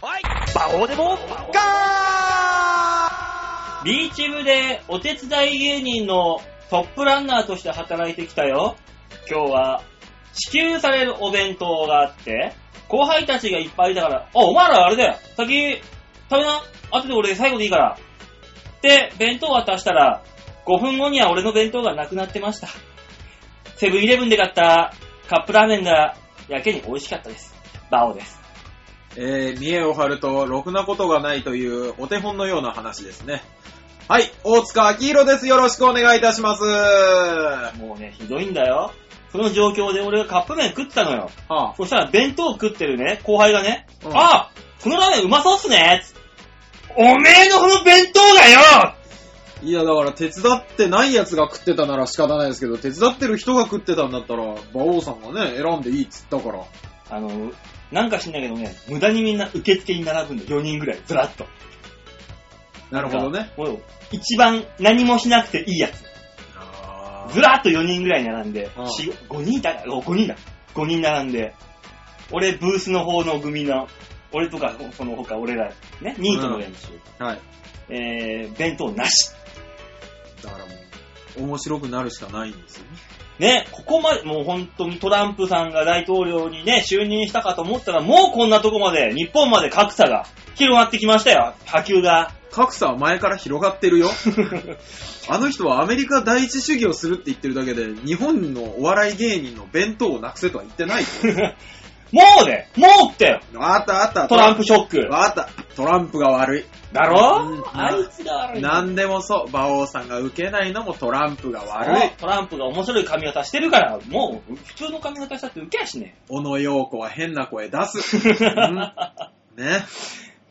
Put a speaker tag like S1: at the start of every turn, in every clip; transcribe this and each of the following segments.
S1: こうでもガー
S2: B チームでお手伝い芸人のトップランナーとして働いてきたよ。今日は支給されるお弁当があって、後輩たちがいっぱいだから、あ、お前らあれだよ。先、食べな。後で俺最後でいいから。で、弁当渡したら、5分後には俺の弁当がなくなってました。セブンイレブンで買ったカップラーメンがやけに美味しかったです。バオです。
S3: えー、見栄を張ると、ろくなことがないというお手本のような話ですね。はい、大塚明宏です。よろしくお願いいたします。は
S2: もうね、ひどいんだよ。その状況で俺がカップ麺食ってたのよ。
S3: あ、
S2: そしたら弁当を食ってるね、後輩がね、
S3: うん
S2: あこのラーメンうまそうっすねつおめえのこの弁当だよ
S3: いや、だから手伝ってないやつが食ってたなら仕方ないですけど、手伝ってる人が食ってたんだったら、馬王さんがね、選んでいいっつったから。
S2: あの、なんか知んないけどね、無駄にみんな受付に並ぶんだよ。4人ぐらい、ずらっと。
S3: なるほどね。。
S2: もう、一番何もしなくていいやつ。
S3: あ
S2: ずらっと4人ぐらい並んで、
S3: うん
S2: 5人だ、5人だ。5人並んで、俺、ブースの方の組の、俺とか、その他、俺ら、ね、ニートの練習、
S3: ーはい。
S2: えー、弁当なし。
S3: だからもう、面白くなるしかないんですよね。
S2: ね、ここまで、もう本当にトランプさんが大統領にね、就任したかと思ったら、もうこんなとこまで、日本まで格差が広がってきましたよ、波及が。
S3: 格差は前から広がって るよ。あの人はアメリカ第一主義をするって言ってるだけで、日本のお笑い芸人の弁当をなくせとは言ってないよ。
S2: もうね、もうってよ、
S3: あったあった。
S2: トランプショック。
S3: あった。トランプが悪い。
S2: だろ
S3: うん
S2: あいつが悪い。
S3: 何でもそう。馬王さんが受けないのもトランプが悪
S2: 悪
S3: い
S2: い。。トランプが面白い髪型してるから、もう、普通の髪型したって受けやしね
S3: 小野洋子は変な声出 す。
S2: え。
S3: んね。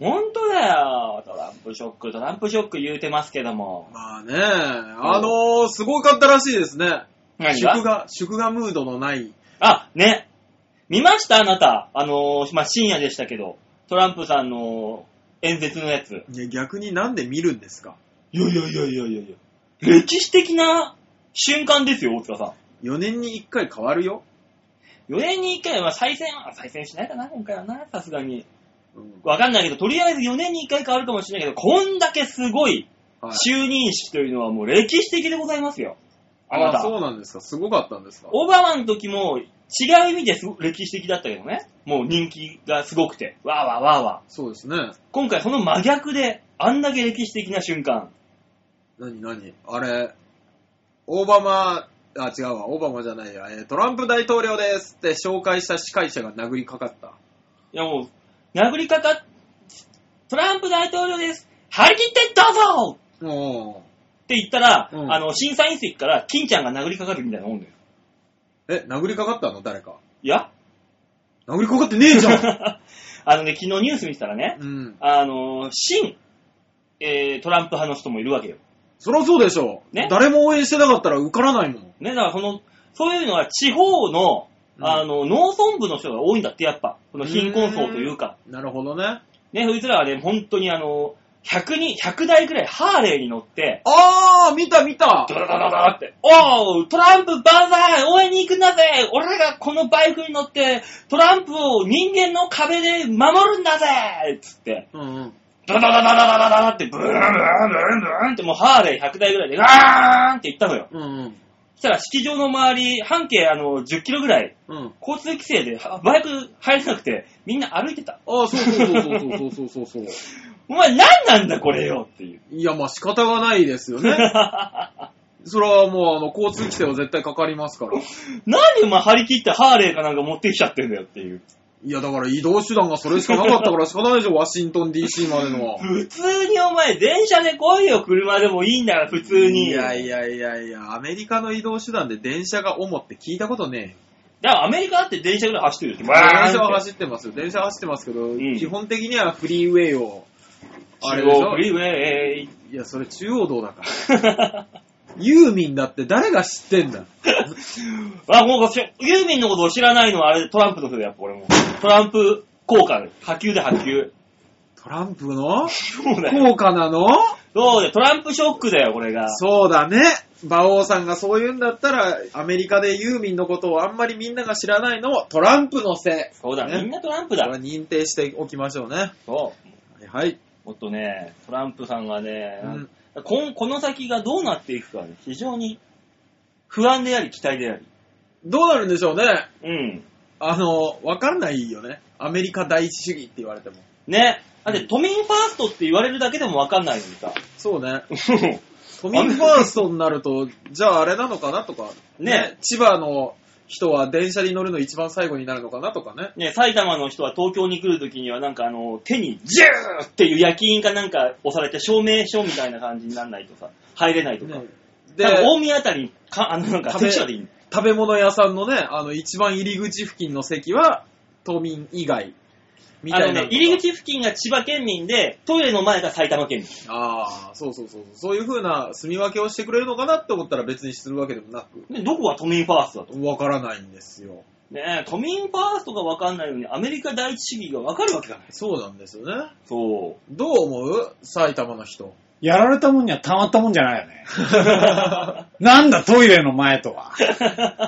S2: 本当だよ、トランプショック、トランプショック言うてますけども。
S3: まあね、あのー、すごかったらしいですね。
S2: 何が
S3: 祝賀、祝賀ムードのない。
S2: あ、ね。見ましたあなた。あのーまあ、深夜でしたけど、トランプさんの演説のやつ。
S3: いや逆になんで見るんですか
S2: いやいやいやいやいやいや。歴史的な瞬間ですよ、大塚さ
S3: ?4 年に1回変わるよ。
S2: ん。4年に1回は再選、あ再選しないかな、今回はな、さすがに。
S3: うん
S2: わかんないけど、とりあえず4年に1回変わるかもしれないけど、こんだけすごい
S3: はい
S2: 就任式というのはもう歴史的でございますよ。あな
S3: あ
S2: た。
S3: そうなんですか。すごかったんですか。
S2: オバマの時も違う意味ですご歴史的だったけどね。もう人気がすごくて。わーわーわーわー。
S3: そうですね。
S2: 今回その真逆で、あんだけ歴史的な瞬間。
S3: なになにあれ、オバマ、あ、違うわ、オバマじゃないや、えートランプ大統領ですって紹介した司会者が殴りかかった。
S2: いやもう、殴りかかっ、トランプ大統領です張り切ってどうぞ
S3: おー
S2: って言ったら、
S3: うん
S2: あの、審査員席から、金ちゃんが殴りかかるみたいなもんだよ。
S3: え、殴りかかったの誰か。
S2: いや
S3: 殴りかかってねえじゃん
S2: あのね、昨日ニュース見てたらね、
S3: うん。
S2: あの、新、えー、トランプ派の人もいるわけよ。
S3: そりゃそうでしょう。
S2: ね
S3: 誰も応援してなかったら受からないもん。
S2: ね、だからこの、そういうのは地方の、
S3: うん
S2: あの、農村部の人が多いんだって、やっぱ。この貧困層というか。
S3: なるほどね。
S2: ね、そいつらはね、本当にあの、100人、100台くらいハーレーに乗って、
S3: あー、見た見た
S2: ドラドラドラって、おう、トランプ万歳応援に行くんだぜ俺らがこのバイクに乗って、トランプを人間の壁で守るんだぜつって、
S3: うんうん。
S2: ドラドラドラドラドラって、ブーンブーンブーンブーンってもうハーレー100台ぐらいで、ガーンって行ったのよ。
S3: うんうん。
S2: そしたら式場の周り、半径あの、10キロぐらい、
S3: うん。
S2: 交通規制ではバイク入れなくて、みんな歩いてた。
S3: あー、そうそうそうそうそうそうそうそう。
S2: お前何なんだこれよっていう。
S3: いや、まあ仕方がないで すよね。それはもう、あの、交通規制は絶対かかりますから。
S2: 何お前張り切ってハーレーかなんか持ってきちゃってんだよっていう。
S3: いや、だから移動手段がそれしかなかったから仕方ないでしょ、ワシントン DC までのは。
S2: 普通にお前電車で来いよ、車でもいいんだから普通に。
S3: いやいやいやいや、アメリカの移動手段で電車が主って聞いたことね
S2: だからアメリカだって電車ぐらい走ってるでしょ。
S3: え。電車は
S2: って
S3: 走ってますよ。電車は走ってますけど、
S2: ん
S3: 基本的にはフリーウェイを。あ
S2: あ
S3: れ
S2: れ
S3: で
S2: で
S3: し
S2: し
S3: ょ
S2: ょフリーウェイ。
S3: いや、それ中央道だから。ユーミンだって誰が知ってんだ
S2: あ、もうしユーミンのことを知らないのはあれトランプのせいだよ、やっぱ俺も。トランプ効果で。波及で波及。
S3: トランプ の
S2: そうだよ。
S3: 効果なの
S2: そうだよ、トランプショックだよ、これが。
S3: そうだね。馬王さんがそう言うんだったら、アメリカでユーミンのことをあんまりみんなが知らないのもトランプのせい。
S2: そうだ、
S3: ね
S2: みんなトランプ
S3: これ
S2: だ
S3: は。認定しておきましょうね。
S2: そう。
S3: はいはい。
S2: もっとね、トランプさんがね、
S3: うん
S2: こんこの先がどうなっていくかね、非常に不安であり、期待であり。
S3: どうなるんでしょうね。
S2: うん。
S3: あの、わかんないよね。アメリカ第一主義って言われても。
S2: ね。だって、都民ファーストって言われるだけでもわかんないのにさ。
S3: そうね。都民ファーストになると、じゃああれなのかなとか。
S2: ね。
S3: 千葉の人は電車に乗るの一番最後になるのかなとかね。
S2: ね、埼玉の人は東京に来るときには、なんかあの、手にジューっていう焼き印かなんか押されて証明書みたいな感じにならないとさ、入れないとか。
S3: ね
S2: で、
S3: で、
S2: 大宮あたりにか、あの、なんか、
S3: 壁
S2: 関所でいいの
S3: 食べ物屋さんのね、あの、一番入り口付近の席は、都民以外。み
S2: あ
S3: た
S2: の
S3: いな
S2: ね、入り口付近が千葉県民で、トイレの前が埼玉県民。
S3: ああ、そうそうそうそう。そういう風な住み分けをしてくれるのかなって思ったら別にするわけでもなく、
S2: で、どこが都民ファーストだと。
S3: わからないんですよ。
S2: ねえ、都民ファーストがわかんないのに、アメリカ第一主義がわかるわけがない。
S3: そうなんですよね。
S2: そう。
S3: どう思う埼玉の人。
S1: やられたもんにはたまったもんじゃないよ ね。なんだ、トイレの前とは。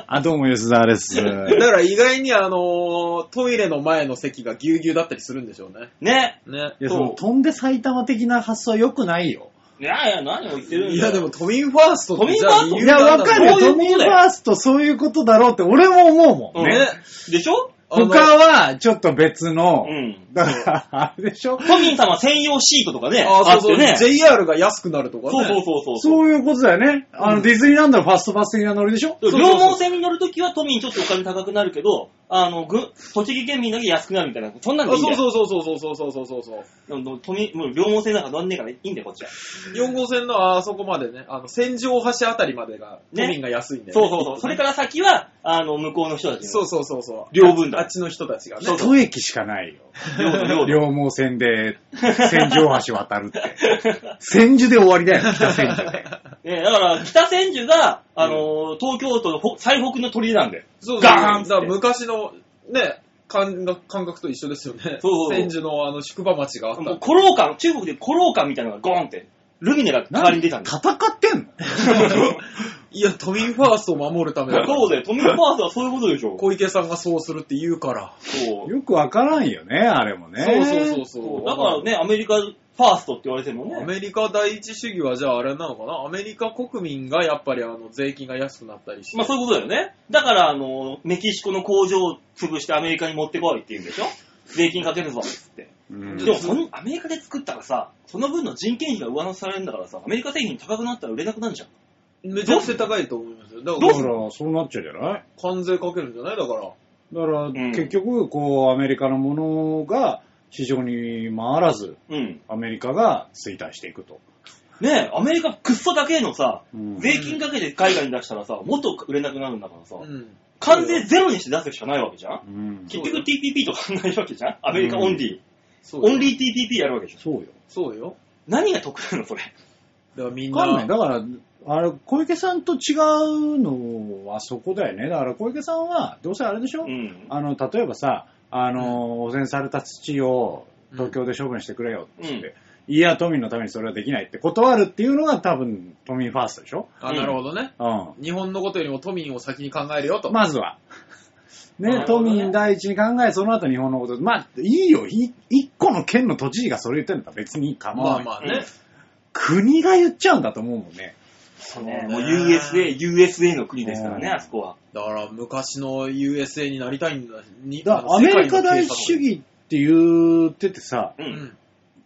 S1: あ、どうも、吉沢です。
S3: だから意外にあのートイレの前の席がぎゅうぎゅうだったりするんでしょうね。
S2: ね。
S3: ね
S1: い。や、その、飛んで埼玉的な発想は良くないよ。
S2: いやいや、何を言ってるんだよ
S3: いやでも、都民ファーストってじゃあ
S2: 都民
S1: い
S2: フ
S1: や、わかるよ。
S2: そういう
S1: 都
S2: ことだよ
S1: 民ファースト、そういうことだろうって、俺も思うもん。
S2: うん
S3: ね。
S2: でしょ
S3: あの
S1: 他は、ちょっと別の
S2: う、ん。
S1: だから、あれでしょ
S2: 都民様専用シートとかね、
S3: あ
S2: あ
S3: あ、
S2: っ
S3: そうそ
S2: て
S3: う、
S2: ね。
S3: JR が安くなるとかね。
S2: そうそうそうそう。
S1: そういうことだよね。あの、ディズニーランドのファストパス的なノリでしょ
S2: で
S3: そうそうそう
S2: 両毛線に乗るときは都民ちょっとお金高くなるけど、あの、ぐ、栃木県民だけ安くなるみたいな、そんなの
S3: あ
S2: いいんだ
S3: そう
S2: よ。
S3: そうそうそうそうそうそうそうそう。
S2: でも都民、もう両毛線なんか乗んねえからいいんだよ、こっちは。
S3: 4号線のあそこまでね、あの、戦場橋あたりまでが、
S2: ね
S3: 都民が安いんで、ね。
S2: そうそうそう。それから先は、あの、向こうの人たちの。
S3: そうそうそうそう。
S2: 両分だ
S3: あっちの人たちがね。
S2: そう
S1: 一駅しかないよ。
S2: 領土、領土。
S1: 両毛線で、千住大橋渡るって。千住で終わりだよ、北千住で。
S2: ねだから、北千住が、あのー東京都のほ最北の鳥なんで。
S3: そうそう
S2: ガーンって
S3: だから昔の、ね、感覚感覚と一緒ですよね。
S2: そうそう
S3: 千住のあの宿場町があっ
S2: もう、
S3: た。
S2: コロー中国でコローみたいなのがゴーンって、ルミネが代わりに出たんです。
S1: 戦ってんの
S3: いや、都民ファーストを守るためだ
S2: そうだよ、都民ファーストはそういうことでしょ。
S3: 小池さんがそうするって言うから。
S2: そう。
S1: よくわからんよね、あれもね。
S3: そうそうそ
S2: そ
S3: うそうう。
S2: だからね、アメリカファーストって言われても
S3: ア
S2: ね。
S3: メリカ第一主義はじゃああれなのかなアメリカ国民がやっぱりあの税金が安くなったりして。
S2: まあそういうことだよね。だから、あの、メキシコの工場を潰してアメリカに持ってこいって言うんでしょ税金かけるぞ、つって。
S1: うん
S2: でもその、アメリカで作ったらさ、その分の人件費が上乗せされるんだからさ、アメリカ製品高くなったら売れなくなるじゃん。
S3: めちゃくちゃ高いと思いますよ。だ
S1: だ
S3: か、
S1: からら、そうなっちゃうじゃない
S3: 関税かけるんじゃないだから。
S1: だから、
S2: ん
S1: 結局、こう、アメリカのものが市場に回らず、
S2: うん。
S1: アメリカが衰退していくと。
S2: ねえ、アメリカくっそ高えのさ、
S1: うん
S2: 税金かけて海外に出したらさ、もっと売れなくなるんだからさ、
S3: うん。
S2: 関税ゼロにして出すしかないわけじゃん
S1: うん
S2: 結局 TPP とか考えるわけじゃんアメリカオンリー。
S3: そう
S2: オン
S3: よ。
S2: リー TPP やるわけでしょ
S1: そうよ。
S3: そうよ。
S2: 何が得なのそれ。
S3: だからみん
S1: わかんない。
S3: な、
S1: だから、あれ、小池さんと違うのはそこだよね。だから小池さんは、どうせあれでしょ、
S2: うん。
S1: あの、例えばさ、あの、汚染された土を東京で処分してくれよって言って、いや、都民のためにそれはできないって断るっていうのが多分、都民ファーストでしょ
S3: あ、なるほどね。
S1: うん。
S3: 日本のことよりも都民を先に考えるよと。
S1: まずは。
S2: なる
S1: ね、
S2: ほ
S1: 都
S2: どね
S1: 民第一に考え、その後日本のこと。まあ、いいよ。い一個の県の都知事がそれ言ってんだったら別に構
S3: ま
S1: わ
S3: あ
S1: ない。
S3: まあね。
S1: 国が言っちゃうんだと思うもんね。
S2: そう
S3: ね
S2: ね。もう USA、USA の国ですからね、
S1: うん
S2: あそこは。
S3: だから昔の USA になりたいんだ。に
S1: だからアメリカ第一主。義って言っててさ、
S2: う
S3: 世界の
S2: ん。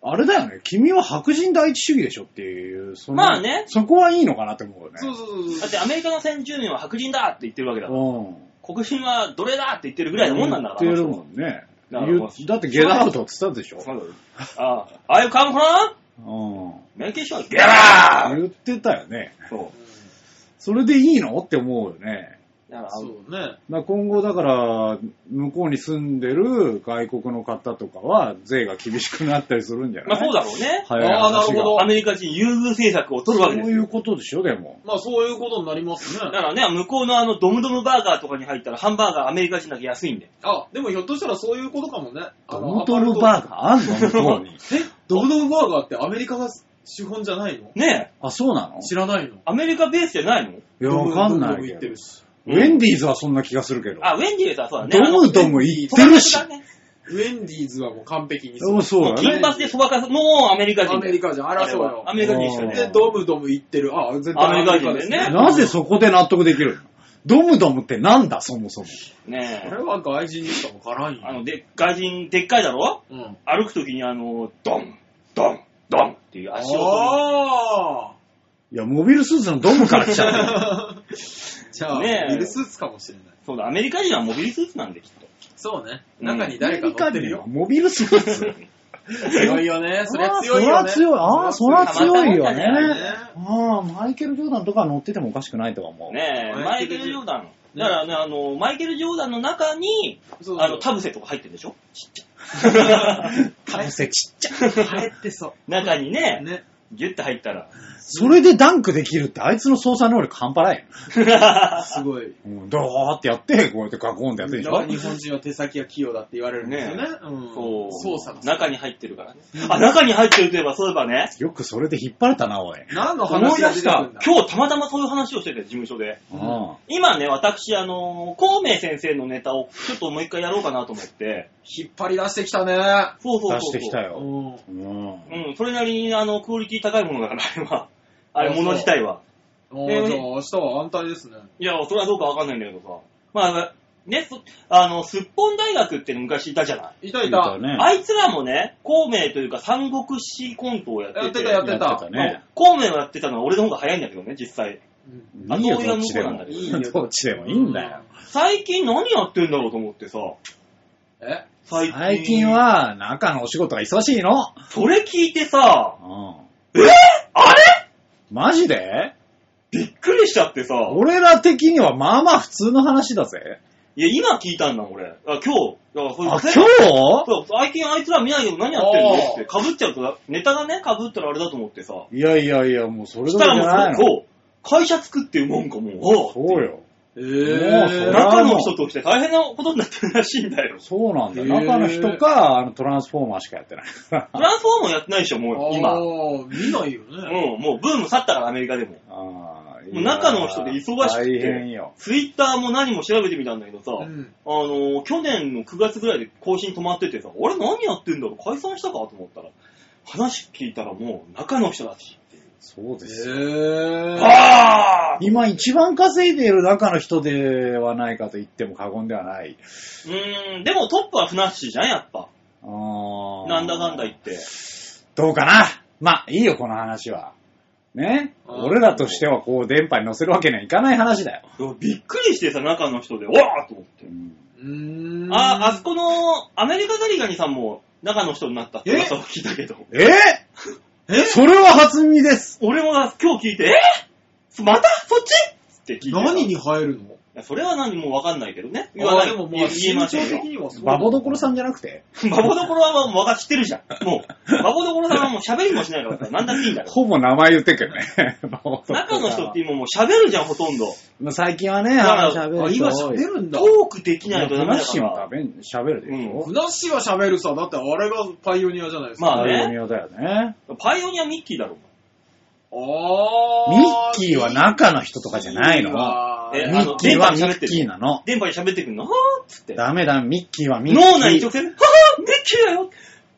S1: あれだよね。君は白人第一主義でしょっていう、その
S2: まあね
S1: そこはいいのかなって思うよね。
S3: 警察もうん。そうそうそう
S2: だっ
S3: そ
S2: てアメリカの先住民は白人だって言ってるわけだから。
S1: うん。
S2: 黒人は奴隷だって言ってるぐらいのもんなんだから。
S1: 言ってるもんね。
S2: だから
S1: 言うだってゲラアウトって言ったでしょ。
S2: そうだよああ、あいうカムフラン
S1: う
S2: メキシコはゲラ
S1: ん。
S2: ー
S1: 言ってたよね。
S2: そう
S1: それでいいのって思うよね。
S2: う。だから、
S3: んそうね。
S1: まあ、今後だから、向こうに住んでる外国の方とかは、税が厳しくなったりするんじゃ
S2: ま
S1: ない
S2: あそうだろうね。
S1: 早い話が
S3: ああなるほど
S2: アメリカ人優遇政策を取るわけで
S1: そ
S2: す
S1: うい
S2: よ
S1: う。ことでしょ、でも。
S3: まあそういうことになります
S2: だ
S3: ね。
S2: からね、向こうのあの、ドムドムバーガーとかに入ったら、ハンバーガーアメリカ人だけ安いんで。
S3: あ、でもひょっとしたらそういうことかもね。
S1: ドムドムバーガーあんの向こう に。
S3: ー。えドムドムバーガーってアメリカが資本じゃないの
S2: ねえ、
S1: あ、そうなの
S3: 知らないの
S2: アメリカベースじゃないの
S1: いや、わかんな
S3: ドムドムドム行
S1: い
S3: っ
S1: け
S3: て
S1: ど
S3: る。し。
S1: ウェンディーズはそんな気がするけど。
S2: あ、ウェンディーさ、そうだね。
S1: ドムドム行ってるし
S2: あの。
S3: ウェンディーズはもう完璧に
S1: そうそうだ
S2: 金
S1: ね。
S2: 髪でそばかす、もうアメリカ人だ
S3: ア
S2: よ
S3: メリカ人、あらそうよ
S2: ア。メリカ人でした
S1: う
S2: ね
S3: で、
S1: ん。
S3: ドムドム言ってる。あ、絶対
S2: アメリカ人だよね
S3: アメリカです
S1: なぜそこで納得できるのドムドムってなんだ、そもそも。
S2: ね
S3: こ
S2: え
S3: れ。は外人にしかも辛い
S2: あ
S3: よ。
S2: の、で、外人、でっかいだろ
S3: うん。
S2: 歩くときにあの、ドン、ドン、ドンっていう足音
S3: あ
S1: いや、モビルスーツのドムから来ちゃったよ。
S3: あじゃあ、
S2: ねえ
S3: ビルスーツかもしれない。
S2: そうだ、アメリカ人はモビルスーツなんで、きっと。
S3: そうね。
S2: うん
S3: 中に誰か乗ってる
S1: ア
S3: よ。
S1: メリカ人はモビルスー ツ。
S3: 強いよね。 そりゃ強いよ
S1: あー
S3: ね。
S1: そりゃ強い。ああ、そりゃ強いよね。
S2: たま
S3: ったもんだね
S1: ああ、マイケル・ジョーダンとか乗っててもおかしくないとは思う。
S2: ねえ、マ
S3: マ
S2: イ
S3: イ
S2: ケ
S3: ケ
S2: ル・
S3: ル
S2: ジョーダン。だからね、あの、マイケル・ジョーダンの中に、
S3: そうそう
S2: あの、タブセとか入ってるでしょちっち
S1: 体勢ちっちゃい。
S3: 帰ってそ
S2: ゃ。中にね
S3: う。、ね。
S2: ギュッて入ったら。
S1: それでダンクできるって、あいつの操作能力半端ないよ。
S3: すごい。
S1: うん、ドーってやって、こうやってガコーンってやってるでし
S3: だ
S1: ょ
S3: から日本人は手先が器用だって言われるんですよね。
S2: ね
S3: うん。
S2: そう。
S3: 操作が。
S2: 中に入ってるからね。あ、中に入ってるといえば、そういえばね、
S1: よくそれで引っ張れたな、おい。
S3: 何の
S2: 思
S3: 話
S2: い
S3: が
S2: 出し
S3: 出てく
S2: た
S3: るんだ。
S2: 今日たまたまそういう話をしてて、事務所で。
S1: う
S3: うんん。
S2: 今ね、私、あの、孔明先生のネタをちょっともう一回やろうかなと思って、
S3: 引っ張り出してきたね。
S2: そうそうそうそ
S1: 出して
S2: う。
S1: きたよ。
S3: うん。
S1: うん。
S2: うん、それなりに、あの、クオリティ高いものだから、あれ は。あれ、
S3: あ
S2: もの自体は。
S3: お
S2: えー
S3: ーじゃあ明日は安泰ですね。
S2: いや、それはどうかわかんないんだけどさ。まあ、ね、そあの、すっぽん大学って昔いたじゃない。
S3: いたい
S1: いた
S3: た。
S1: ね。
S2: あいつらもね、孔明というか三国志コントをやってて。
S3: やってたやって
S1: やって
S3: た
S1: た。ね。
S2: 孔明をやってたのは俺の方が早いんだけどね、実際。
S3: うん
S1: いいよ、どっちで
S2: あ
S1: も
S2: と。
S3: いいよ。
S1: どっちでもいいんだよ。
S2: 最近何やってんだろうと思ってさ。
S3: え
S2: 最近。
S1: 最近。は、中のお仕事が忙しいの。
S2: それ聞いてさ、
S1: うん。
S2: あれ
S1: マジで
S2: びっくりしちゃってさ。
S1: 俺ら的にはまあまあ普通の話だぜ。
S2: いや、今聞いたんだ、俺。あ、今日。だから
S1: あ、
S2: そういう
S1: 今
S2: せ
S1: 日
S2: そう最近あいつら見ないけど何やってんの
S3: あー
S2: って。被っちゃうと、ネタがね、被ったらあれだと思ってさ。
S1: いやいやいや、もうそれ
S2: し
S1: だ
S2: た
S1: けじ
S2: ら
S1: ゃない
S2: もうそ
S1: の。
S2: う、会社作っていうもんかもう、おう
S1: そうよ。
S3: え
S1: もう
S3: ー
S1: そ。
S2: 中の人として大変なことになってるらしいんだよ。
S1: そうなんだよ。
S3: へー
S1: 中の人か、あの、トランスフォーマーしかやってない。
S2: トランスフォーマーやってないでしょ、もう、今。うん、
S3: あー見ないよね。
S2: もうブーム去ったから、アメリカでも。
S1: あー
S2: もう中の人で忙しくて
S1: 大変よ。
S2: ツイッターも何も調べてみたんだけどさ、
S3: う
S2: あ
S3: ん。
S2: のー、去年の9月ぐらいで更新止まっててさ、俺何やってんだろう解散したかと思ったら、話聞いたらもう中の人だし。
S1: そうで
S3: え
S1: すよ。
S3: ー。
S2: ああ
S1: 今一番稼いでいる中の人ではないかと言っても過言ではない。
S2: うーん、でもトップはフナッシーじゃん、やっぱ。
S1: あー
S2: なんだかんだ言って。
S1: どうかなまあ、いいよ、この話は。ね
S3: うん
S1: 俺らとしてはこう、電波に乗せるわけにはいかない話だよ。
S2: びっくりしてさ、中の人で、おわーと思って。
S3: うーん。
S2: あ、あそこのアメリカザリガニさんも中の人になったって
S3: え
S2: 噂を聞いたけど、
S1: え
S3: え
S1: それは初耳です
S2: 俺も今日聞いて、えまたそっちって聞いてた。
S3: 何
S2: い
S3: に入るの
S2: やそれは何もわかんないけどね。言わない。
S3: あーでもま
S2: 言
S3: あ、
S2: え言え
S3: 身
S2: ま
S3: 長
S2: せん
S3: 的
S2: よ。
S3: にはそう。
S1: バボどころさんじゃなくて
S2: バボどころはもうわかってるじゃん。も う、バボどころさんはもう喋りもしないからさ、なんだっていいんだから。
S1: ほぼ名前言ってっけどね。バボどころさんは
S2: 中の人って今もう喋るじゃん、ほとんど。
S1: まあ最近はね、
S2: だから
S1: あの喋
S3: あ
S1: る人
S3: 今
S1: 多
S3: 喋
S1: い。
S3: るん
S2: ト
S3: だ。
S2: ークでき
S1: い
S2: ない
S1: や、
S2: と
S1: ふ
S2: ダ
S1: な
S2: メ
S1: っ
S2: だか
S1: しーも
S2: ら。
S1: べん喋るでしょ、
S3: ふなっしーは喋るさ。だってあれがパイオニアじゃないですか。
S2: まあ
S1: あ
S2: ね
S1: れだよね。
S2: パイオニアミッキーだろ。
S3: あ
S1: ミッキーは中の人とかじゃないの。ミ
S3: ミッキーは
S2: え
S3: え
S2: あ
S1: ッ
S2: の
S1: キーはミ
S2: 電波に
S1: ッ
S2: 喋ってる
S1: キーなの。
S2: 電波で喋ってくんのはーっつって。
S1: ダメだ、ミッキーはミッキー。
S2: 脳内に直接、ははミッキーだよ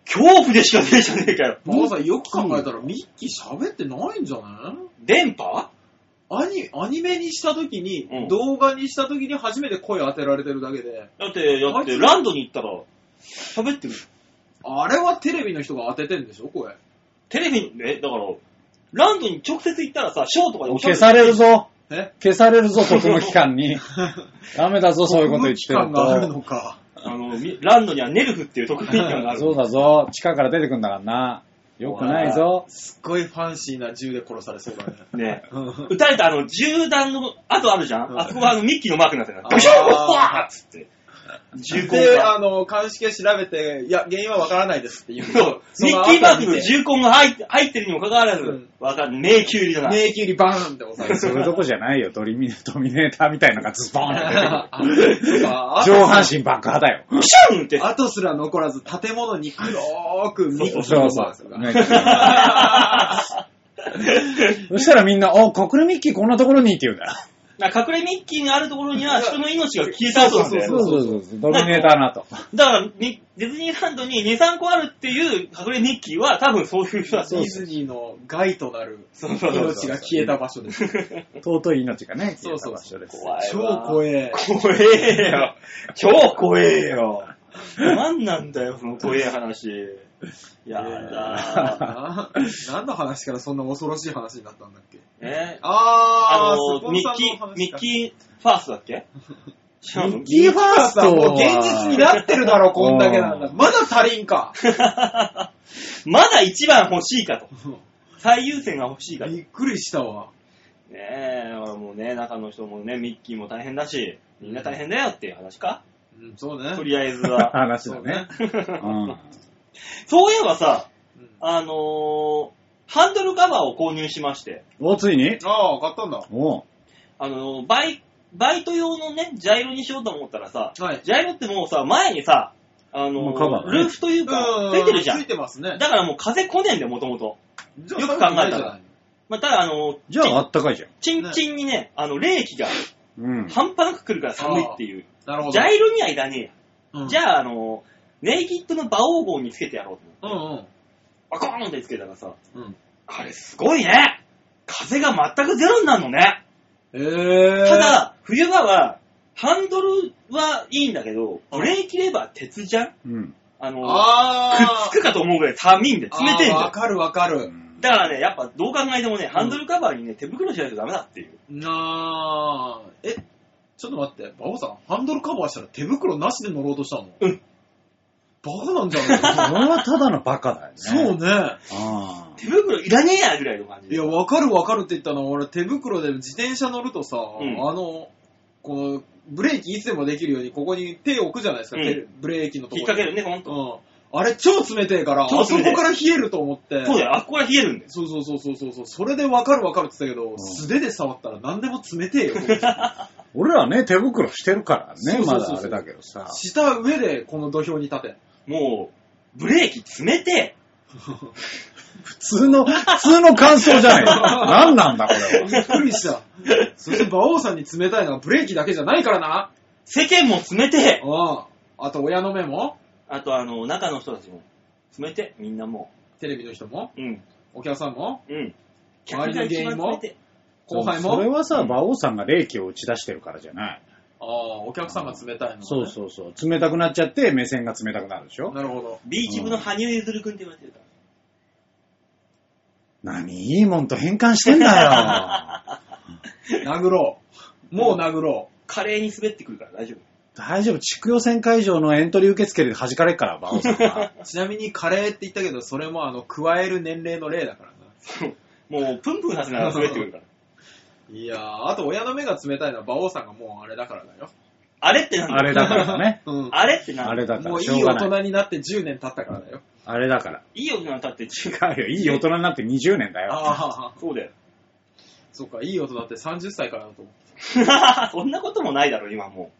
S2: 恐怖でしかねえじゃねえかよ。
S3: ばあさんよく考えたらミッキー喋ってないんじゃない
S2: 電波
S3: アニアニメにした時に、
S2: うん
S3: 動画にした時に初めて声当てられてるだけで、
S2: だって、だって、ランドに行ったら、喋ってる。
S3: あれはテレビの人が当ててんでしょ、声。
S2: テレビに、え、だから、ランドに直接行ったらさ、ショーとかでおしゃべ
S1: 消
S2: り
S1: される。ぞ。
S3: え
S1: 消される ぞ、特務機関に。ダメだぞ、そういうこと言ってる
S3: 国務機関がある
S1: と。
S3: のか。
S2: あの、みランドにはネルフっていう特別感がある。
S1: そうだぞ、地下から出てくんだからな。よくないぞ。
S3: すっごいファンシーな銃で殺されそうだね。
S2: ね。
S3: うん
S2: 撃たれたあの、銃弾の跡あるじゃ
S3: うんん
S2: あそこはあの、ミッキーのマークになってる。
S3: あー
S2: ドショーわーっつって。銃痕
S3: で、
S2: が。
S3: あの、鑑識で調べて、いや、原因はわからないですって言う
S2: そ
S3: と
S2: う、、ミッキーマークの銃痕が入って入ってるにもかかわらず
S3: ん、
S2: わかん迷宮入りだな。
S3: 迷宮にバーンって押され
S1: そ
S3: る。
S1: れどこじゃないよ、 ドリミネ、ドミネーターみたいなのがズボンって出てくる。
S3: ああ
S1: 上半身爆破だよ。
S2: プシュンって。
S3: 後すら残らず建物に黒くミッキー
S1: そう
S3: の
S1: そう
S3: マークが
S1: ねそしたらみんな、お、隠れミッキーこんなところにって言うんだよ。
S2: な隠れミッキーがあるところには人の命が消えたそうなんだよ
S1: そう
S2: ね
S1: そうそうそう。ドミネーターなと。
S2: だからみ、ディズニーランドに2、3個あるっていう隠れミッキーは多分そういう人だ
S3: ディズニーの害となる
S2: そうそうそう
S3: 命が消えた場所です。
S1: 尊い命がね、
S3: そうそう
S1: 消えた場所です。
S2: 怖い
S3: 超
S2: わ
S3: 怖え。
S2: 怖えよ。超怖えよ。なんなんだよ、その怖え話。やだ
S3: な何の話からそんな恐ろしい話になったんだっけ
S2: ー。ねあ
S3: あー、ス
S2: の、
S3: ポン
S2: ミ
S3: サ
S2: ッ
S3: ーの話
S2: キ
S3: か
S2: ー、ミッキーファーストだっけ違うの
S3: ミッキーファーストはもう現実になってるだろ、こんだけなんだ。
S1: う
S3: まだ足り んか。
S2: まだ一番欲しいかと。最優先が欲しいかと。ね
S3: びっくりしたわ。
S2: え、俺もうね、中の人もね、ミッキーも大変だし、みんな大変だよっていう話か。
S3: うん、そう
S2: と
S3: ね。
S2: りあえず は。
S1: 話だね。うん。
S2: そういえばさ、
S3: うん
S2: あのーハンドルカバーを購入しまして、
S1: お、ついに
S3: ああ、買ったんだ。
S1: お
S2: あのーバイ、バイト用のね、ジャイロにしようと思ったらさ、
S3: はい。
S2: ジャイロってもうさ、前にさ、あの
S1: もう
S2: ー
S1: カバーね
S2: ルーフというか、ついてるじゃ
S3: つい
S2: ん。
S3: てますね。
S2: だからもう風来ねえんだよ、もともと。
S3: じゃあ
S2: よく考えたら
S3: 寒くないじゃない
S2: まあ、ただあのー
S1: じゃあ、あったかいじゃん。
S2: チンチンにね、あの、冷気が
S1: うん。
S2: 半端なく来るから寒いっていう。
S3: なるほど。
S2: ジャイロにはいらねえや。
S3: うん
S2: じゃあ、あのーネイキッドの馬王号につけてやろうと思って。
S3: うん
S2: バコーンってつけたらさ、
S3: うん。うん。
S2: あれすごいね風が全くゼロになるのね
S3: えー。
S2: た、だ、冬場は、ハンドルはいいんだけど、ブレーキレバー鉄じゃん
S1: うん。
S2: あの、くっ
S3: あ
S2: つくかと思うぐらい寒いんで、冷てえん
S3: あー
S2: だ
S3: わ
S2: よ。
S3: かるわかる。
S2: だからね、やっぱどう考えてもね、ハンドルカバーにね、手袋しないとダメだっていう。
S3: なあ、え、ちょっと待って、バオさん、ハンドルカバーしたら手袋なしで乗ろうとしたの
S2: うん。
S3: バカなんじゃない
S1: それ
S3: か
S1: はただのバカだよね。
S3: そう
S1: ね。
S3: ね。
S1: あ
S2: 手袋いらねえやぐらいの感じ
S3: い
S2: で。
S3: や、わかるわかるって言ったのは、俺手袋で自転車乗るとさ、
S2: ん
S3: あの、この、ブレーキいつでもできるように、ここに手を置くじゃないですか、
S2: うん
S3: 手ブレーキのとこ
S2: 引っ掛けるね、ほんと。
S3: うん。あれ超冷てえから、あ
S2: 超
S3: そ
S2: 冷てえ
S3: こから冷えると思って。
S2: そうだよ、あっこから冷えるんだよ。
S3: そうそうそうそうそうそう。それでわかるわかるって言ってたけど、
S1: ん
S3: 素手で触ったら何でも冷てえよ。
S1: あ。俺らね、手袋してるから
S3: そう
S1: ね、
S3: そ
S1: ま
S3: うそうそう
S1: だあれだけどさ。
S3: した上でこの土俵に立て。
S2: もう、ブレーキ冷て
S1: 普通の、普通の感想じゃな い何なんだ、これは。
S3: びっくりした。そして馬王さんに冷たいのはブレーキだけじゃないからな。
S2: え、世間も冷てえ、
S3: うん。あと親の目も、
S2: あとあの、中の人たちも冷てえ、みんなも
S3: テレビの人も、
S2: う。うん、
S3: お客さんも、
S2: うん。
S3: 周りの芸人も
S2: え。
S3: 後輩
S1: それ
S3: も。
S1: はさ、馬王さんが冷気を打ち出してるからじゃない。
S3: ああ、お客さんが冷たいの、ね。
S1: そうそうそう。冷たくなっちゃって、目線が冷たくなるでしょ
S3: なるほど。
S2: ビーチ部の羽生結弦君って言われてるから。
S1: 何いいもんと変換してんだよ。
S3: 殴ろう。もう殴ろ
S2: 華麗に滑ってくるから大丈夫。
S1: 大丈夫。地区予選会場のエントリー受付で弾かれっから、馬王さんが。
S3: う。ちなみにカレーって言ったけど、それもあの、加える年齢の例だからな。
S2: もう、プンプンさせながら滑ってくるから。
S3: いやー、あと親の目が冷たいのは馬王さんがもうあれだからだよ。
S2: あれってなんだ
S1: あれだからね。
S3: うん。
S2: あれってなんだ
S1: あれだか
S3: も
S1: ら、
S3: うい
S1: し
S3: い
S1: ょうが
S3: 大
S1: ない。
S3: 人になって10年経ったからだよ。
S1: あれだから。
S2: いい大人に立って中華。
S1: 違うよ。いい大人になって20年だよ。
S3: ああ、
S2: そうだよ。
S3: そっか、いい大人って30歳からだと思
S2: そんなこともないだろ、今も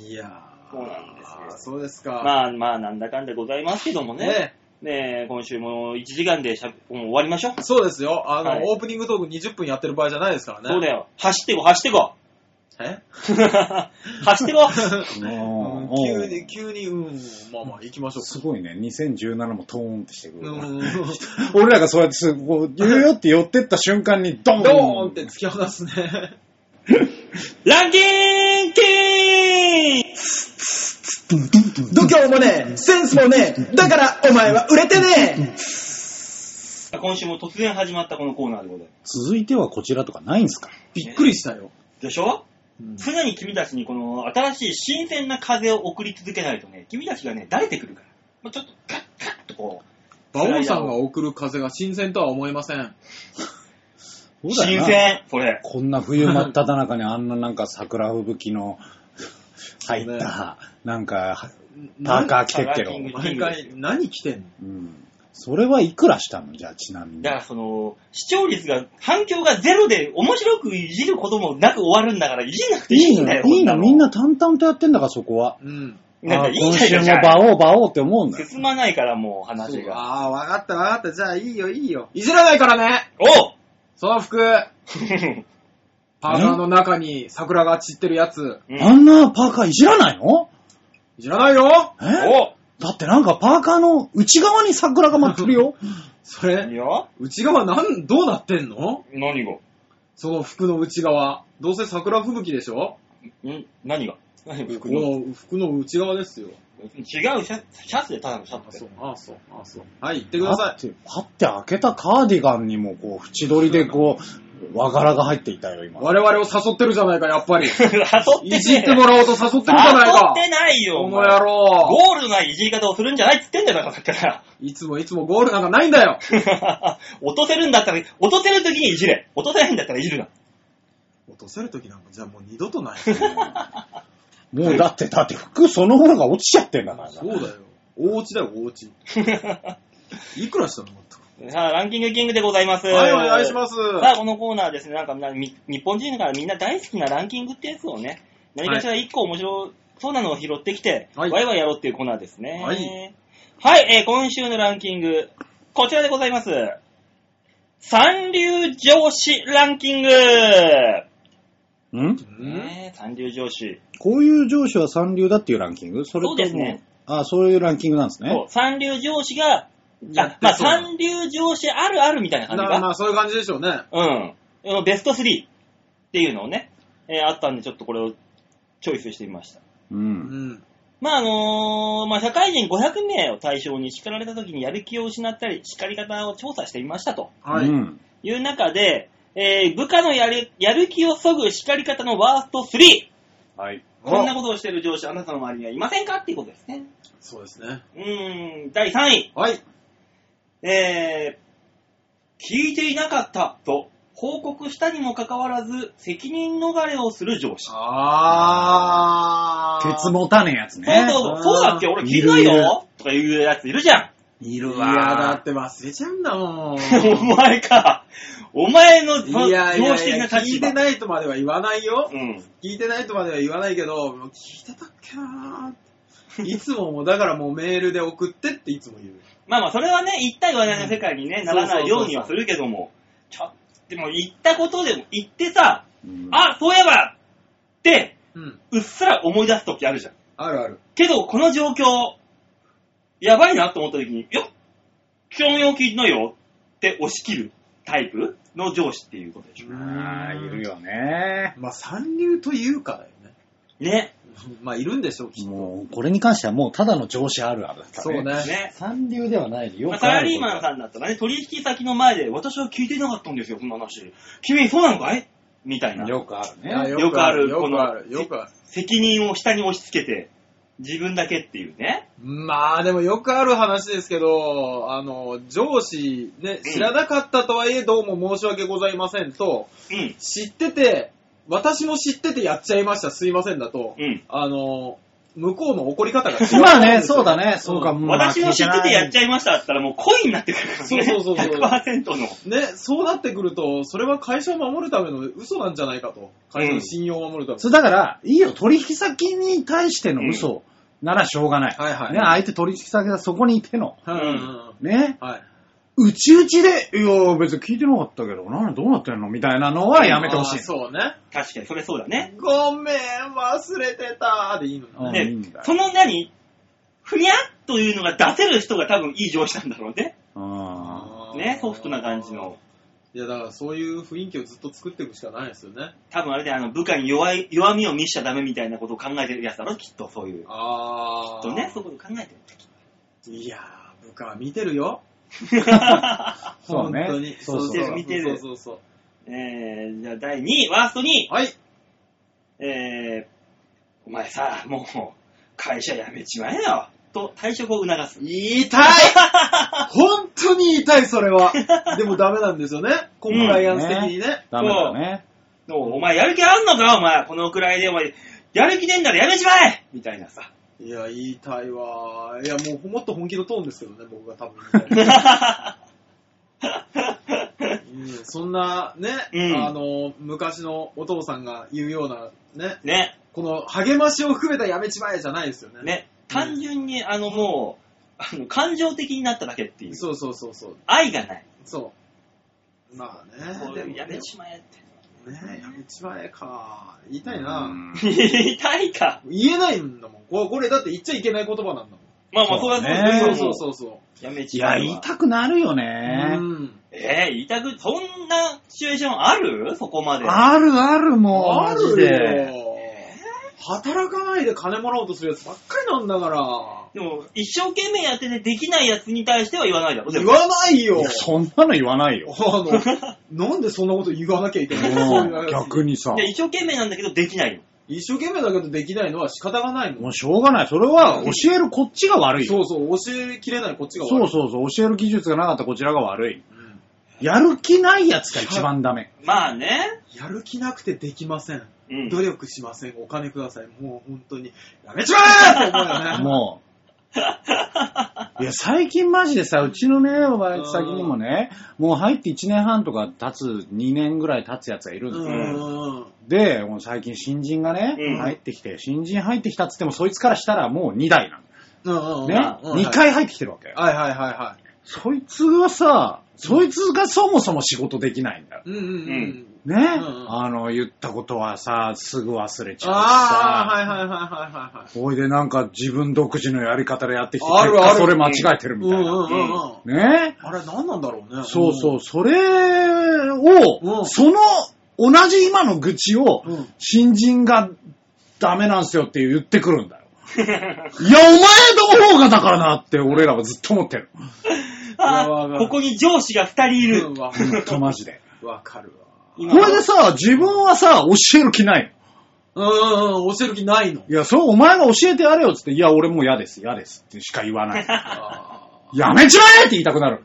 S3: う。いやー、
S2: そうなんですよ
S3: そうです
S2: う。
S3: か。
S2: まあまあ、なんだかんだございますけどもね。
S3: ね
S2: ねえ、今週も1時間でしゃもう終わりましょう。
S3: そうですよ。あの、
S2: はい
S3: オープニングトーク20分やってる場合じゃないですからね。
S2: そうだよ。走ってこ、走ってこ。
S3: え
S2: 走ってこ。
S1: も
S3: うん
S1: う
S3: 急
S1: う
S3: に、
S1: ん
S3: 急に、うん、まあまあ、行きましょう
S1: すごいね。2017もトーンってしてく
S3: う
S1: る。
S3: ん、
S1: 俺らがそうやってす、こう、言うよって寄ってった瞬間に、ドーン
S3: ドーンって突き放すね。
S2: ランキンキン
S3: 度胸もね、センスもね、だからお前は売れてね。
S2: 今週も突然始まったこのコーナーでございま
S1: 続いてはこちらとかないんすか
S3: びっくりしたよ。
S2: す。でしょ
S3: うん
S2: 常に君たちにこの新しい新鮮な風を送り続けないとね、君たちがね、慣れてくるから。もうちょっとガッガッとこ
S3: 馬王さんが送る風が新鮮とは思えません。
S2: う、
S1: そうだよ
S2: 新
S1: な
S2: 鮮、それ。
S1: こんな冬真っ只中にあんななんか桜吹雪 の入った、なんか、パーカー着てっけど、
S2: 何
S3: 毎回、何着てんの
S1: うん。それはいくらしたのじゃあ、ちなみに
S2: だ。からその、視聴率が、反響がゼロで面白くいじることもなく終わるんだから、いじんなくてい
S1: い
S2: い
S1: い
S2: んだ
S1: の
S2: よ。
S1: いい
S2: こ
S1: の
S2: な
S1: みんな淡々とやってんだから、そこは。
S3: うん。
S2: なん
S1: あ
S2: か
S1: あ
S2: いいん
S1: 今
S2: だ
S1: 週
S2: よ、
S1: も
S2: じゃ
S1: バオーバオーって思うんだ
S2: あ
S1: よ。
S2: 進まないからもう話
S3: そう
S2: が。
S3: ああ、わかったわか った。じゃあいいよいいよ。いじらないからね
S2: おう
S3: その服、パーカーの中に桜が散ってるやつ。
S2: うん
S1: あんなパーカーいじらないの
S3: 知らないよ
S1: え
S2: お
S1: だってなんかパーカーの内側に桜が舞ってる よ。
S3: そ
S2: い
S3: れ、
S2: や
S3: 内側なん、どうなってんの
S2: 何が
S3: その服の内側。どうせ桜吹雪でしょ
S2: ん何が何が
S3: こ
S2: 服の
S3: の服の内側ですよ。
S2: 違うシャシャツでただのシャ
S3: あ、
S2: ツ
S3: そ
S2: だ
S3: う
S2: よ、
S3: あ、そう、あ、そう。はい、行ってくださ
S1: い。パッて開けたカーディガンにもこう、縁取りでこう、和柄が入っていたよ、
S3: い。
S1: 今。
S3: 我々を誘ってるじゃないか、やっぱ り。
S2: 誘ってねえ
S3: い じってもらおうと誘ってるじゃないか。
S2: 誘ってないよ。
S3: こ
S2: お
S3: の
S2: 前
S3: 野郎。
S2: ゴールドないじり方をするんじゃないって言ってんだよ、だから。
S3: いつもいつもゴールなんかないんだよ。
S2: 落とせるんだったら、落とせるときにいじれ。落とせないんだったらいじるな。
S3: 落とせるときなんか、じゃあもう二度とない。
S1: もうだって、だって服そのものが落ちちゃってんだからな。
S3: そうだよ。お家だよ、お 家。いくらしたの
S2: さあ、ランキングキングでございます。。
S3: はい、お願いしますす。
S2: さあ、このコーナーですね、なんかみんな、み日本人からみんな大好きなランキングってやつをね、何かしら一個面白そうなのを拾ってきて、
S3: はい
S2: ワイワイやろうっていうコーナーですね。
S3: はい。
S2: はい、えー今週のランキング、こちらでございます。三流上司ランキング、
S1: ん
S3: うん
S2: ねえ三流上司。
S1: こういう上司は三流だっていうランキングそれと
S2: そ
S1: も
S2: うですね。
S1: あ、そういうランキングなんです
S2: そ
S1: ね
S2: う。三流上司が、
S3: やって
S2: あまあ、
S3: そうな
S2: 三流上司あるあるみたいな感じ
S3: なま
S2: か。
S3: あ、そういう感じでしょうね。
S2: うん。ベスト3っていうのをね、えーあったんで、ちょっとこれをチョイスしてみました。
S1: う。
S3: うんん。
S2: まあ、あのーまあ、社会人500名を対象に叱られた時にやる気を失ったり、叱り方を調査してみましたと
S3: はい。
S1: うん
S2: いう中で、えー部下のやるやる気を削ぐ叱り方のワースト 3!
S1: はい。
S2: こんなことをしてる上司、あなたの周りにはいませんかっていうことですね。
S3: そうですね。
S2: うーん、第3位。
S3: はい。
S2: えー聞いていなかったと報告したにもかかわらず、責任逃れをする上司。
S3: あー。
S1: ケツ持たねえやつ
S2: そう
S1: ね。
S2: そうそう、そうだっけ俺聞いてない
S1: いるいる
S2: よとかいうやついるじゃん。
S1: い
S3: い
S1: る
S3: や、だ
S1: わ
S3: って忘れちゃうんだもん。
S2: お前か。お前のその
S3: いやい
S2: 上司
S3: や
S2: 的
S3: いや、
S2: な
S3: 聞
S2: 立
S3: いて
S2: 場。
S3: ないとまでは言わないよ。
S2: うん。
S3: 聞いてないとまでは言わないけど、もう聞いてたっけなーっていつももう、だからもうメールで送ってっていつも言う。
S2: まあまあ、それはね、言った言わないの世界にね、
S3: ん
S2: ならないようにはするけども、ちょっと、でも言ったことでも言ってさ、
S1: うん
S2: あ、そういえばって、
S3: うん。
S2: うっすら思い出すときあるじゃん。
S3: あるある。
S2: けど、この状況、やばいなと思った時に、よっ、興味を聞いてないよって押し切るタイプの上司っていうことでしょ。
S1: あーいるよね。
S3: まあ、三流というかだよね。
S2: ね。
S3: まあ、いるんでしょう、きっと。
S1: もう、これに関してはもうただの上司あるあるだった
S3: そうね。。
S2: ね。
S1: 三流ではないよ
S2: まあ
S1: く
S2: サ
S1: あ
S2: ラ
S1: る
S2: リーマンさんだったらね、取引先の前で、私は聞いてなかったんですよ、そんな話。君、そうなのかいみたいな。
S1: よくある
S3: いや
S1: ね。
S2: よくある
S3: よくある。
S2: この
S3: よくある。
S2: 責任を下に押し付けて、自分だけっていうね。
S3: まあでもよくある話ですけど、あの、上司、ね、
S2: うん
S3: 知らなかったとはいえどうも申し訳ございませんと、
S2: うん。
S3: 知ってて、私も知っててやっちゃいました、すいませんだと、
S2: うん。
S3: あの、向こうの怒り方が違 う。
S1: まあね、そうだね。そうか、
S3: う
S1: も
S2: 私の知っててやっち
S1: ゃ
S2: ゃいましたって言ったら、もう恋になってくるからね。
S3: そうそうそうそう
S2: 100%の。
S3: ね、そうなってくると、それは会社を守るための嘘なんじゃないかと。会社の信用を守るための。
S1: そう、だから、いいよ、取引先に対しての嘘ならしょうがない。
S3: はいはい
S1: ね、相手取引先がそこにいての。
S3: うんうんうん
S1: ね。
S3: はい。
S1: うちうちで、いや、別に聞いてなかったけど、なんどうなってんのみたいなのはやめてほしい
S3: あー。そうね。
S2: 確かに、それそうだね。
S3: ごめん、忘れてたでいいのに
S1: う
S3: ね。
S1: んいい
S2: で
S1: んだよ、
S2: その何ふにゃっというのが出せる人が多分いい上司なんだろうね。
S1: うん
S2: ね、ソフトな感じの。。
S3: いや、だからそういう雰囲気をずっと作っていくしかないですよね。
S2: 多分あれであの部下に弱い、弱みを見しちゃダメみたいなことを考えてるやつだろ、きっとそういう。きっ
S3: あー。
S2: とね、そういうこと考えてる。
S3: いやー、部下は見てるよ。
S1: そうね
S3: 本当に。
S1: そうそう
S3: そうそう
S2: 見てる
S3: そうそうそ
S2: えー、じゃあ第2位、ワースト2位
S3: う。。はい。
S2: えー、お前さ、もう、会社辞めちまえよ。と退職を促す。
S3: 痛い本当に痛い、それは。でもダメなんですよね。コンプライアンス的にね。
S1: ダメだね。
S2: のお前やる気あんのかお前。このくらいでお前、やる気ねえんなら辞めちまえみたいなさ。
S3: いや、痛いわー。いや、もうもっと本気のトーンですけどね、僕が多分。うんそんなね、
S2: うん
S3: あの、昔のお父さんが言うようなね、
S2: ね、
S3: この励ましを含めたやめちまえじゃないですよね。
S2: ね、単純にあのもう、あの感情的になっただけっていう。
S3: そうそうそうそう。
S2: 愛がない。
S3: そう。まあね。
S2: こう
S3: でもね
S2: やめちまえって。
S3: ねえ、やめちまえか。言いたいうな。
S1: ん
S2: 痛いか。
S3: 言えないんだもん。ここれだって言っちゃいけない言葉なんだもん。
S2: まあまあ、それは
S1: え
S2: そ
S1: ー
S2: う
S3: そ
S2: そうう
S3: そうそう。
S2: やめ
S1: い
S2: ちま
S1: や、
S2: えは
S1: 言いたくなるよね
S3: う。ん。
S2: えー、痛く、そんなシチュエーションあるそこまで。
S1: あるあるもう。
S3: あ
S1: マジ
S3: る
S1: で。
S3: よ。働かないで金もらおうとするやつばっかりなんだから。
S2: でも、一生懸命やっててできないやつに対しては言わないだろ。で
S3: 言
S2: も
S3: わないよ
S1: い。やそんなの言わないよ。
S3: あ の、なんでそんなこと言わなきゃいけないのそういうやつ
S1: 逆にさ
S2: い。や一生懸命なんだけどできないの。
S3: 一生懸命だけどできないのは仕方がない
S1: も
S3: もん
S1: う。しょうがない。それは教えるこっちが悪いよ。
S3: そうそう、教えきれないこっちが
S1: そ
S3: 悪
S1: う
S3: い。
S1: そうそう。教える技術がなかったこちらが悪い。
S3: うん
S1: やる気ないやつが一番ダメ。
S2: まあね。
S3: やる気なくてできません。
S2: うん。
S3: 努力しません。お金ください。もう本当に、やめちまえって思うよね。
S1: もう。いや、最近マジでさ、うちのね、バイト先にもね、もう入って1年半とか経つ、2年ぐらい経つやつがいるんです
S3: う
S1: よ。
S3: んうん。
S1: で、もう最近新人がね、
S2: うん
S1: 入ってきて、新人入ってきたっつっても、そいつからしたらもう2台な
S3: うんう
S1: の。
S3: ん。
S1: ね、
S3: うん
S1: 2。回入ってきてるわけ。
S3: はいはいはいは
S1: そいつはさ、そいつがそもそも仕事できないんだよ。
S3: い。うんうんう。
S2: うん
S1: ね、
S3: ん
S1: あの、言ったことはさ、すぐ忘れちゃうし
S3: ああ、
S1: さ。
S3: はいはいはいはいはい。
S1: おいでなんか自分独自のやり方でやってきて、
S3: あるある
S1: 結果それ間違えてるみ
S3: うん
S1: たいな。
S3: うんうんうん。
S1: ね
S3: あれ何なんだろうね。
S1: そうそう、それを、
S3: うん
S1: その同じ今の愚痴を、
S3: うん
S1: 新人がダメなんすよって言ってくるんだ よ。いや、お前の方がだからなって俺らはずっと思ってる。
S2: あ
S3: わ
S2: ー
S3: わ
S2: ここに上司が二人いる。
S3: うん。わ
S1: ほんとマジ で。
S3: わかる
S1: こ
S2: 今
S1: れでさ、自分はさ、教える気ない
S3: わ。うんうんうん。教える気ないの。
S1: の。いや、そう、お前が教えてやれよっつって、いや、俺もう嫌です、嫌ですってしか言わない。
S3: あ
S1: やめちまえって言いたくなる。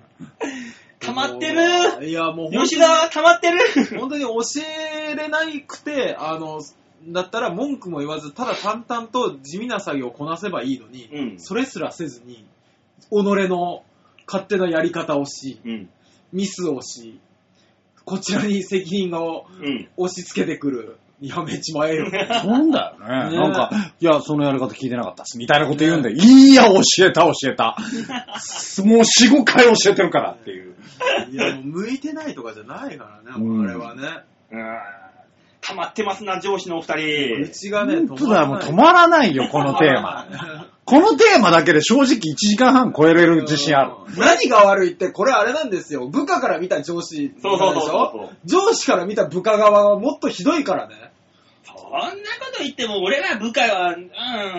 S3: ー
S2: 溜まってる。
S3: いや、もう本当に
S2: 吉田、溜まってる。
S3: 本当に教えれなくて、あの、だったら文句も言わず、ただ淡々と地味な作業をこなせばいいのに、
S2: うん
S3: それすらせずに、己の勝手なやり方をし、
S2: うん。
S3: ミスをし、こちらに責任を
S2: うん。
S3: 押し付けてくる。やめちま え
S1: そ
S3: よ。
S1: うだよ ね。
S3: ね
S1: なんか、いや、そのやり方聞いてなかったっす。みたいなこと言うんだよ。いや、教えた、教えた。 もう4、5回教えてるからっていう。
S3: いや、もう向いてないとかじゃないからね、
S1: うん
S3: あれはね。
S2: うん溜まってますな、上司のお二
S3: う
S2: 人。
S3: ちがね、
S1: 本当だよ、もう止まらないよ、このテーマ。
S3: マ。
S1: このテーマだけで正直1時間半超えれる自信ある。
S3: 何が悪いって、これあれなんですよ。部下から見た上司でし
S2: そうそうそう
S3: ょ上司から見た部下側はもっとひどいからね。
S2: そんなこと言っても、俺ら部下は、うん、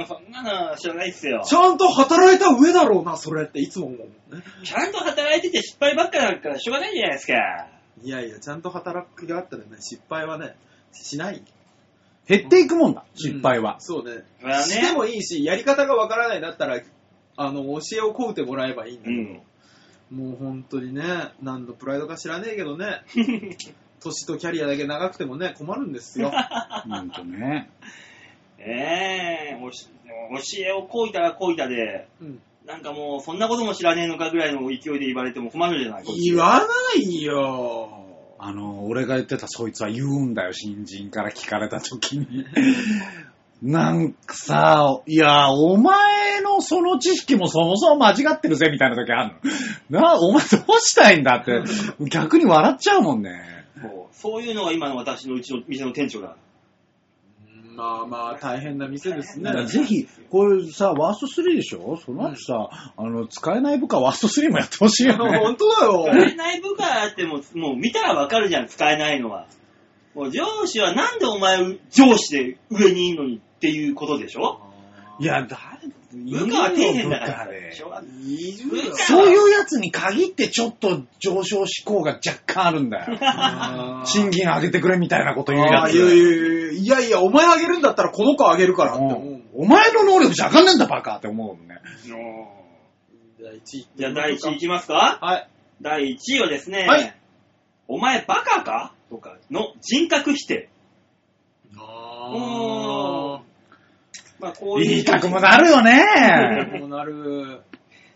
S2: そんなの知らないっすよ。
S3: ちゃんと働いた上だろうな、それっていつも思うもんね。
S2: ちゃんと働いてて失敗ばっかだからしょうがないじゃないですか。
S3: いやいや、ちゃんと働く気があったらね、失敗はね、しない。
S1: 減っていくもんだ、失敗
S3: う
S1: は
S3: ん。そうね。
S2: まあね
S3: してもいいし、やり方がわからないんだったら、あの、教えを請うてもらえばいいんだ
S2: う
S3: けど、
S2: ん。
S3: もう本当にね、何のプライドか知らねえけど ね、年とキャリアだけ長くてもね、困るんです よ。
S1: ほんとね。
S2: ええおし教えをこいたらこいたで、
S3: うん
S2: なんかもう、そんなことも知らねえのかぐらいの勢いで言われても困るじゃないこっち
S3: 言わないよ。
S1: あの、俺が言ってたそいつは言うんだよ、新人から聞かれた時に。 なんかさ、いや、お前のその知識もそもそも間違ってるぜ、みたいな時あるの。な、お前どうしたいんだって、逆に笑っちゃうもんね。
S2: そうそういうのが今の私のうちの店の店長だ。
S3: まあまあ、大変な店ですね
S1: だか。らぜひ、これさ、ワースト3でしょその後さ、あの、使えない部下ワースト3もやってほしいよね。
S3: 本当だよ。
S2: 使えない部下ってもう、もう見たらわかるじゃん、使えないのは。もう上司はなんでお前上司で上にいるのにっていうことでしょ
S1: いや、誰、
S2: 部下は底辺だ
S1: いるよ部下
S2: か
S1: で
S2: ら。しょうがない
S3: いるよ。
S1: そういうやつに限ってちょっと上昇志向が若干あるんだ よ。賃
S3: 金
S1: 金上げてくれみたいなこと言う
S3: あ
S1: や
S3: あ、
S1: つ。
S3: いやいやいやいやいや、お前あげるんだったらこの子あげるからって
S1: うん
S3: 思う。
S1: お前の能力じゃ上がんねえんだバカって思うもんね。
S3: 第一位
S2: じゃあ第1位いきますか
S3: はい。
S2: 第1位はですね、
S3: はい
S2: お前バカかとかの人格否定。
S3: あ
S2: まあこういう
S1: 言いたくもなるよ
S3: あ。
S1: ね。
S3: こうなる。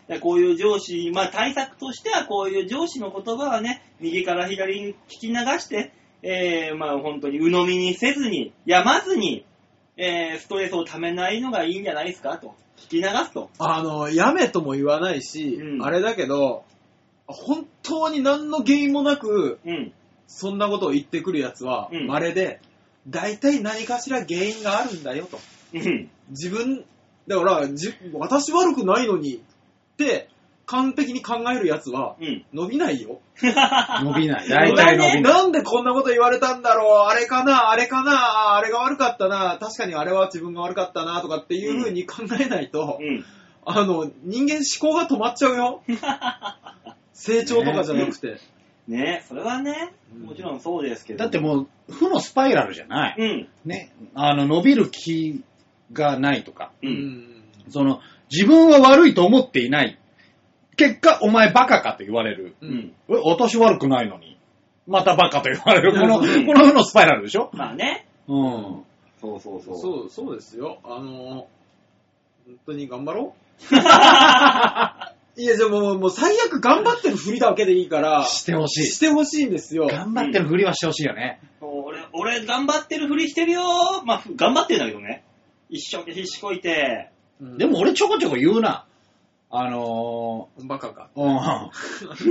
S2: でこういう上司、まあ対策としてはこういう上司の言葉はね、右から左に聞き流して、えー、まあ本当に鵜呑みにせずに、やまずに、えー、ストレスをためないのがいいんじゃないですかと。聞き流すと。
S3: あの、やめとも言わないし
S2: う、ん
S3: あれだけど、本当に何の原因もなく、
S2: うん。
S3: そんなことを言ってくるやつは
S2: うん
S3: 稀で、大体何かしら原因があるんだよと。
S2: うん。
S3: 自分、だから、じ私悪くないのにって、完璧に考えるやつは、
S2: うん。
S3: 伸びないよ。
S1: 伸びない。大体伸びない。
S3: なんでこんなこと言われたんだろう、あれかな、あれかな、あれが悪かったな、確かにあれは自分が悪かったな、とかっていう風に考えないと、
S2: うん。
S3: あの、人間思考が止まっちゃうよ。成長とかじゃなくて。
S2: ねそれはね、
S3: うん
S2: もちろんそうですけど。
S1: だってもう、負のスパイラルじゃない。
S2: うん。
S1: ね。あの、伸びる気がないとか。
S2: う。
S3: うんん
S1: その、自分は悪いと思っていない。結果、お前バカかと言われる。
S2: う
S3: うんん。
S1: え、私悪くないのに。またバカと言われる。この、
S3: う
S1: こ
S2: ん
S1: の負のスパイラルでしょ
S2: まあね。
S1: うん。
S2: そうそうそう。
S3: そう、そうですよ。あの、本当に頑張ろう。 いや、じゃあもう、もう最悪頑張ってる振りだけでいいから、
S1: してほしい。
S3: してほしいんですよ。
S1: 頑張ってるふりはしてほしいよね。
S2: 俺、俺頑張ってるふりしてるよまあ、ふ頑張ってるんだけどね。一生懸命必死こいて。
S3: うん
S1: でも、俺ちょこちょこ言うな。あの
S3: バカか。
S1: ー、うん。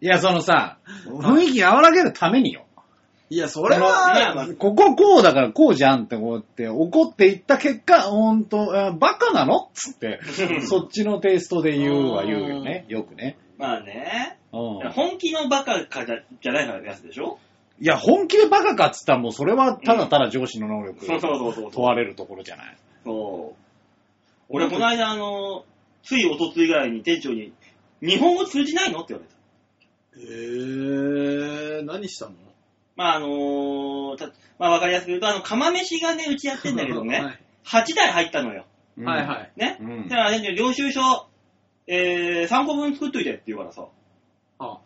S1: いや、そのさ、雰囲気和らげるためによ。
S3: いや、それ
S2: いや
S3: は、
S2: まあ
S1: こここうだからこうじゃんって思って怒っていった結果、ほんと、えーバカなのっつって、そっちのテイストで言うは言うよね。よくね。
S2: まあね。
S1: うん。
S2: 本気のバカかじゃじゃないからやつでしょ
S1: いや、本気でバカかっつったらもうそれはただただ上司の能力
S2: そうそうそうそう
S1: 問われるところじゃない。
S2: そう。俺、この間、あの、ついおとついぐらいに店長に、日本語通じないのって言われた。
S3: えー、何したの
S2: まあ、あのたまあ、わかりやすく言うと、あの、釜飯がね、うちやってんだけどね、8台入ったのよ。
S1: うん
S3: はい、はいは。い。
S2: ね
S1: う。ん
S2: だか。ら、店長領収書、えー、3個分作っといてって言うからさ、
S3: あ、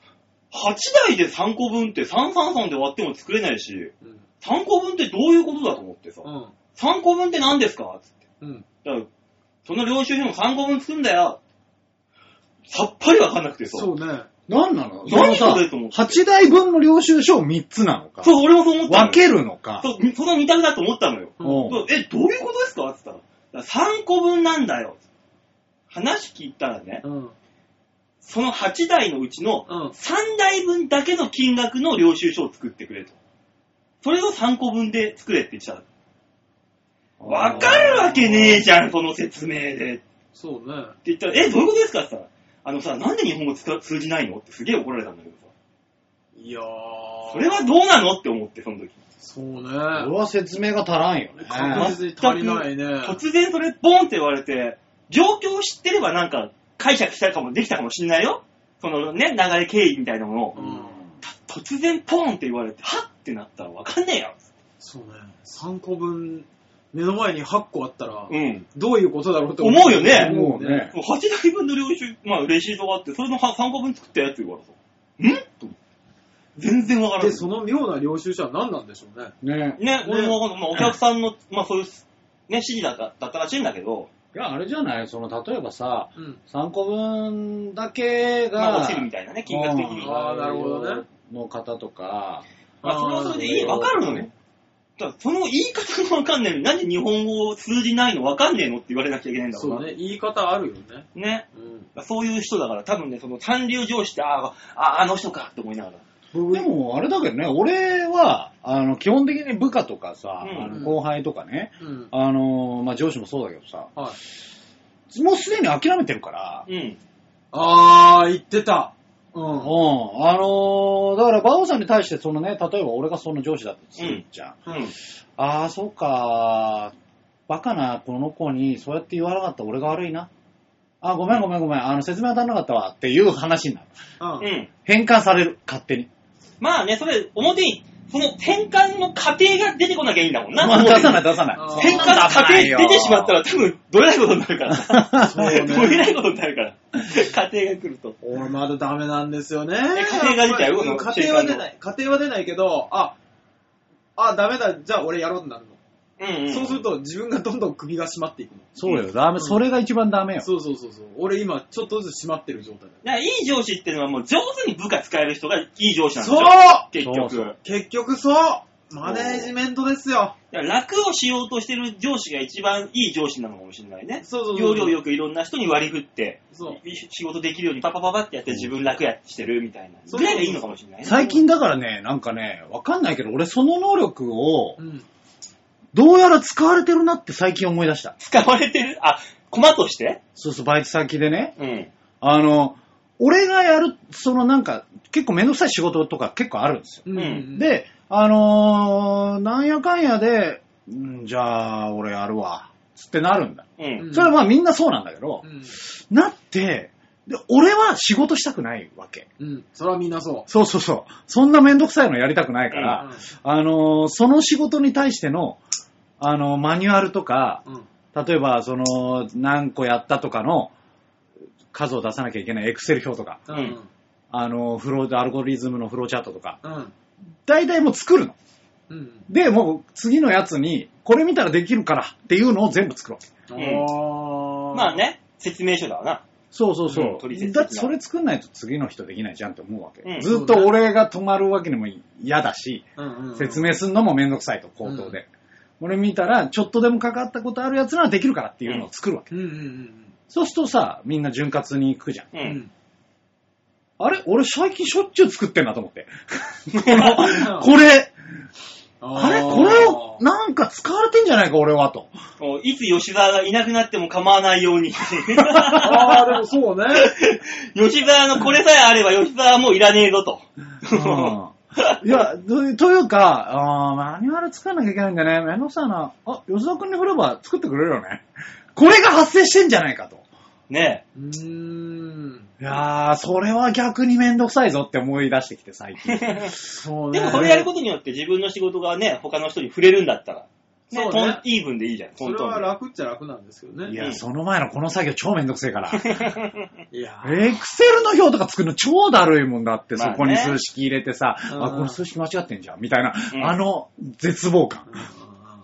S2: 8台で3個分って333で割っても作れないし、
S3: うん。
S2: 3個分ってどういうことだと思ってさ、
S3: うん。
S2: 3個分って何ですかつって。
S3: うん。
S2: だから、その領収書も3個分作るんだよ。さっぱりわかんなくてさ。
S3: そうね。
S1: 何なの
S2: 何
S1: その
S2: それ
S1: さ
S2: と思って
S1: 8台分の領収書を3つなのか。
S2: そう、俺もそう思ったのよ
S1: 分けるのか。
S2: そう、その二択だと思ったのよ。
S3: う
S1: うん
S2: そうえ、どういうことですかって言ったら、3個分なんだよ。話聞いたらね、
S3: うん。
S2: その8台のうちの
S3: うん。
S2: 3台分だけの金額の領収書を作ってくれと。それを3個分で作れって言ってたの。わかるわけねえじゃん、その説明で。って
S3: そうね。
S2: 言ったら、え、どういうことですかって言ったら、あのさ、なんで日本語使う通じないのってすげえ怒られたんだけどさ。
S3: いやー。
S2: それはどうなのって思って、その時。
S3: そう
S1: 俺
S3: ね。
S1: は説明が足らんよね。
S3: 確実に足りないね。
S2: 突然それボンって言われて、状況を知ってればなんか解釈したかも、できたかもしんないよ。そのね、流れ経緯みたいなものを。
S3: うん
S2: 突然ポンって言われて、はっってなったらわかんねえよ。
S3: そうね。3個分、目の前に8個あったら、
S2: うん。
S3: どういうことだろうって
S2: 思うよね
S1: もう。ね。
S2: 8台分の領収、まあ、レシートがあって、それの3個分作ったやつ言われた。んと思って全然わからない。
S3: で、その妙な領収書は何なんでしょうね。
S1: ね
S2: ね、俺もわかんない。まあ、お客さんの、まあ、そういう、ね、指示だっただったらしいんだけど、
S1: いや、あれじゃないその、例えばさ、
S3: うん。
S1: 3個分だけが、
S2: まあ、落ちるみたいなね、金額的
S1: う
S2: に
S1: ん。
S3: あーなるほどね。
S1: の方とか、
S2: まあ、それはそれでいい、わかるのね。ただその言い方がわかんないのに、なんで日本語を通じないのわかんねえのって言われなきゃいけないんだろうな。
S3: そうね。言い方あるよね。
S2: ね。
S3: うん。
S2: そういう人だから、多分ね、その三流上司って、ああ、あの人かって思いながら。
S1: でも、あれだけどね、俺は、あの、基本的に部下とかさ、
S2: うん
S1: あの後輩とかね、
S3: うん。
S1: あの、まあ、上司もそうだけどさ、
S3: はい。
S1: もうすでに諦めてるから、
S2: うん。
S3: あー、言ってた。う
S1: うん、
S3: ん。
S1: あのだから、馬王さんに対して、そのね、例えば俺がその上司だとするじゃん。
S2: うん。
S1: ああ、そうか。バカな、この子に、そうやって言わなかった俺が悪いな。あーごめんごめんごめん。あの、説明当たんなかったわ。っていう話になる。
S3: うん
S2: うん。
S1: 変換される。勝手に。
S2: まあね、それ、表に、その転換の過程が出てこなきゃいいんだもんな。
S1: まあ出さない出さない
S3: あ。ー
S2: 変換の過程出てしまったら多分、どれないことになるからさ。
S3: そうね
S2: どれないことになるから。過程が来ると。
S3: 俺まだダメなんですよね。
S2: 家庭が出たよ
S3: やっぱり
S2: この
S3: 家庭は
S2: 瞬
S3: 出
S2: 間
S3: ない。家庭は出ないけど、あ、あ、ダメだ、じゃあ俺やろうになるの。
S2: うん、うん。
S3: そうすると自分がどんどん首が締まっていくの。
S1: そうよ。ダメ。それが一番ダメよ。
S3: そうそうそうそう。俺今ちょっとずつ締まってる状態だよ。
S2: だからいい上司ってのはもう上手に部下使える人がいい上司なんです
S3: そう
S2: よ。結局。
S1: そうそう
S3: 結局そうマネージメントですよ。
S2: だから楽をしようとしてる上司が一番いい上司なのかもしれないね。
S3: そうそうそう
S2: 要領よくいろんな人に割り振って、
S3: そう。
S2: 仕事できるようにパパパパってやって自分楽やしてるみたいな。
S3: そう
S2: ぐらいがいいのかもしれないね。
S1: 最近だからね、なんかね、わかんないけど、俺その能力を
S3: う、ん。
S1: どうやら使われてるなって最近思い出した。
S2: 使われてるあ、コマとして
S1: そうそう、バイト先でね。
S2: うん。
S1: あの、俺がやる、そのなんか、結構めんどくさい仕事とか結構あるんですよ。
S3: うん。うん、
S1: で、あのーなんやかんやで、うんじゃあ、俺やるわ。つってなるんだ。
S2: う
S3: うん
S2: ん。
S1: それはまあみんなそうなんだけど
S3: う、ん。
S1: なって、で、俺は仕事したくないわけ。
S3: うん。それはみんなそ
S1: そうそうそう。そんなめんどくさいのやりたくないから、
S3: う。
S1: あのーその仕事に対しての、あのーマニュアルとか、
S3: うん。うん
S1: 例えば、その、何個やったとかの、数を出さなきゃいけないエクセル表とか、
S3: うん。うん
S1: あのーフロー、アルゴリズムのフローチャートとか、
S3: うん。
S1: 大体もう作るの。
S3: うん。
S1: で、もう次のやつに、これ見たらできるからっていうのを全部作ろう。
S3: おー
S2: まあ。ね、説明書だわな。
S1: そうそう
S2: そう
S1: だってそれ作んないと次の人できないじゃんって思うわけ。
S2: うん
S1: ずっと俺が止まるわけにも嫌だし、
S3: うんうんうん
S1: 説。明すんのもめんどくさいと、口頭で。俺見たら、ちょっとでもかかったことあるやつならできるからっていうのを作るわけ。
S3: うんうんうん
S1: そうするとさ、みんな潤滑に行くじゃん。
S2: う。
S3: うんん。
S1: あれ俺最近しょっちゅう作ってんなと思って。
S3: れ、
S1: これ、
S3: あ
S1: あれ
S3: れ
S1: これを、なんか使われてんじゃないか俺はと。
S2: もういつ吉沢がいなくなっても構わないように。
S3: ああ、でもそうね。
S2: 吉沢のこれさえあれば吉沢はもういらねえぞと。
S1: いや、どというか、あーマニュアル作らなきゃいけないんだね。めんどくさいな。あ、吉田くんに振れば作ってくれるよね。これが発生してんじゃないかと。
S2: ね
S3: うーん。
S1: いやー、それは逆にめんどくさいぞって思い出してきて最近。
S3: そ
S2: え。
S3: う
S2: で
S3: ね。
S2: もそれやることによって自分の仕事がね、他の人に触れるんだったら。ね、
S3: そうね
S2: トンイーブンでいいじゃん、ト
S3: そ
S2: ン
S3: れ
S2: トン
S3: は
S2: で。
S3: 楽っちゃ楽なんですけど
S1: い
S3: ね。
S1: や、その前のこの作業超めんどくせえから。
S3: いやー
S1: エクセルの表とか作るの超だるいもんだって、
S2: まあ
S1: そ
S2: ね
S1: こに数式入れてさ、
S3: うん
S1: あ、これ数式間違ってんじゃん、みたいな、
S2: うん
S1: あの絶望感。